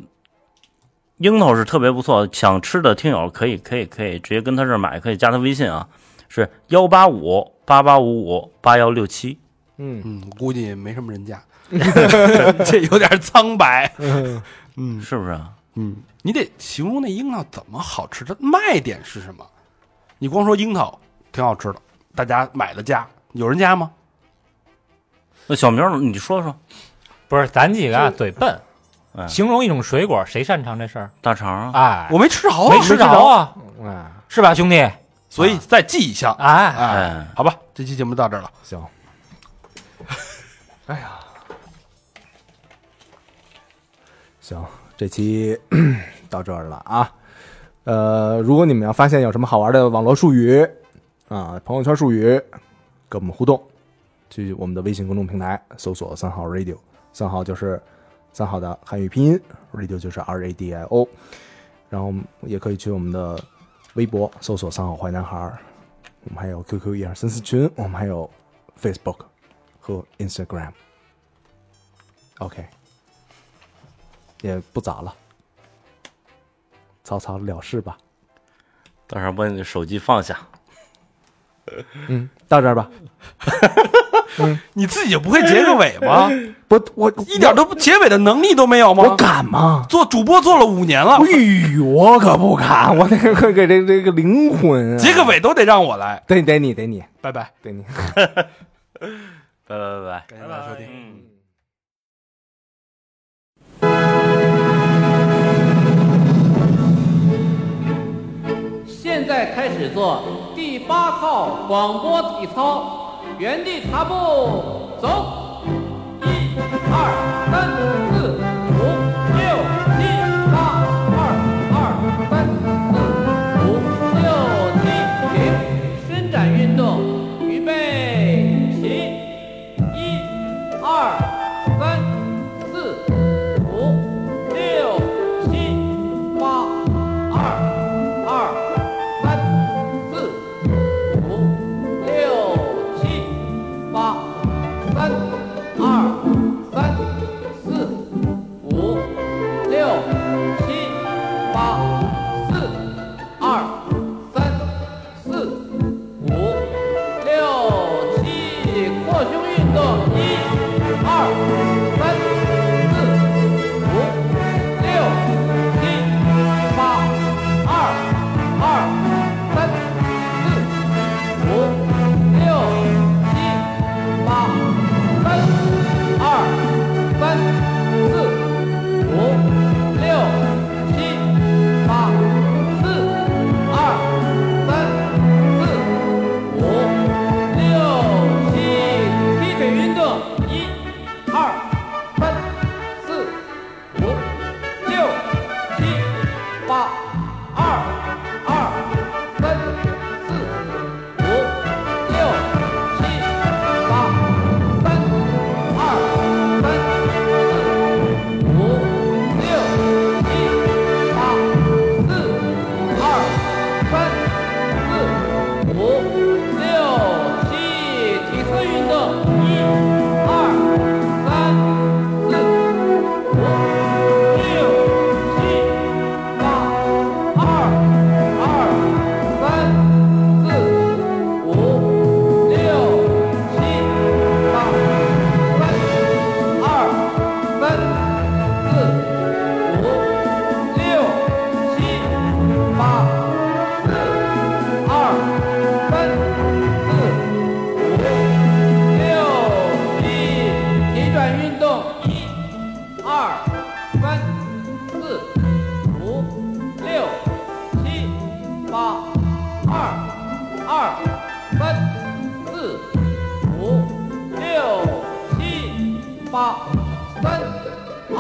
樱桃是特别不错，想吃的听友可以可以可以直接跟他这儿买，可以加他微信啊，是幺八五八八五五八幺六七。
嗯，
嗯，我估计没什么人家， 这有点苍白。嗯
是不是啊？
嗯，你得形容那樱桃怎么好吃，它卖点是什么？你光说樱桃挺好吃的，大家买的家有人家吗？
那小明儿，你说说，
不是咱几个啊嘴笨
哎。
形容一种水果，谁擅长这事儿？
大肠啊，哦
哎，
我没吃着啊，
没吃着啊，
哎，
是吧，兄弟？
所以再记一下。
哎，
哎，
哎，
好吧，这期节目到这儿了。
行，行，这期 到这儿了啊。呃，如果你们要发现有什么好玩的网络术语啊，朋友圈术语，跟我们互动，去我们的微信公众平台搜索“三号 radio”，三号就是三号的汉语拼音，radio 就是 R A D I O。然后也可以去我们的微博搜索“三好坏男孩儿”，我们还有 QQ 一二三四群，我们还有 Facebook 和 Instagram。OK，也不早了，草草了事吧。
大肠把你的手机放下，
嗯，到这儿吧。
你自己就不会结个尾吗？
不，我
一点都不结尾的能力都没有吗？
我敢吗？
做主播做了五年了，
哎呦，我可不敢，我得给给这这个灵魂、啊。
结个尾都得让我来。
得得你得你
拜拜。
得你。
拜拜拜拜。
感谢大家收听。
嗯。
现在开始做第八套广播体操，原地踏步走，一、二、三、四、五、六、七、八，二、二、三、四、五、六、七，停，伸展运动，预备，起，一、二、三、四、五、六、七、八，二、二。三、四、五、六、七、八，三、二、三、四、五、六、七、八，四、二、三、四、五、六、七，扩胸运动，一、二、三、四、五、六、七、八，二、二。三、四、五、六、七、八，三、二、三、四、五、六、七、八，四、二、三、四、五、六、七，踢腿运动，一、二、三、四、五、六、七、八，二、二。三、四、五、六、七、八，三、二、三、四、五、六、七、八，四、二、三、四、五、六、七，体侧运动，一、二、三、四、五、六、七、八，二、二。三、四、五、六、七、八，三、二、三、四、五、六、七、八，四、二、三、四、五、六、七，体转运动，一、二、三、四、五、六、七、八，二、二、三、四、五、六、七、八，三、二、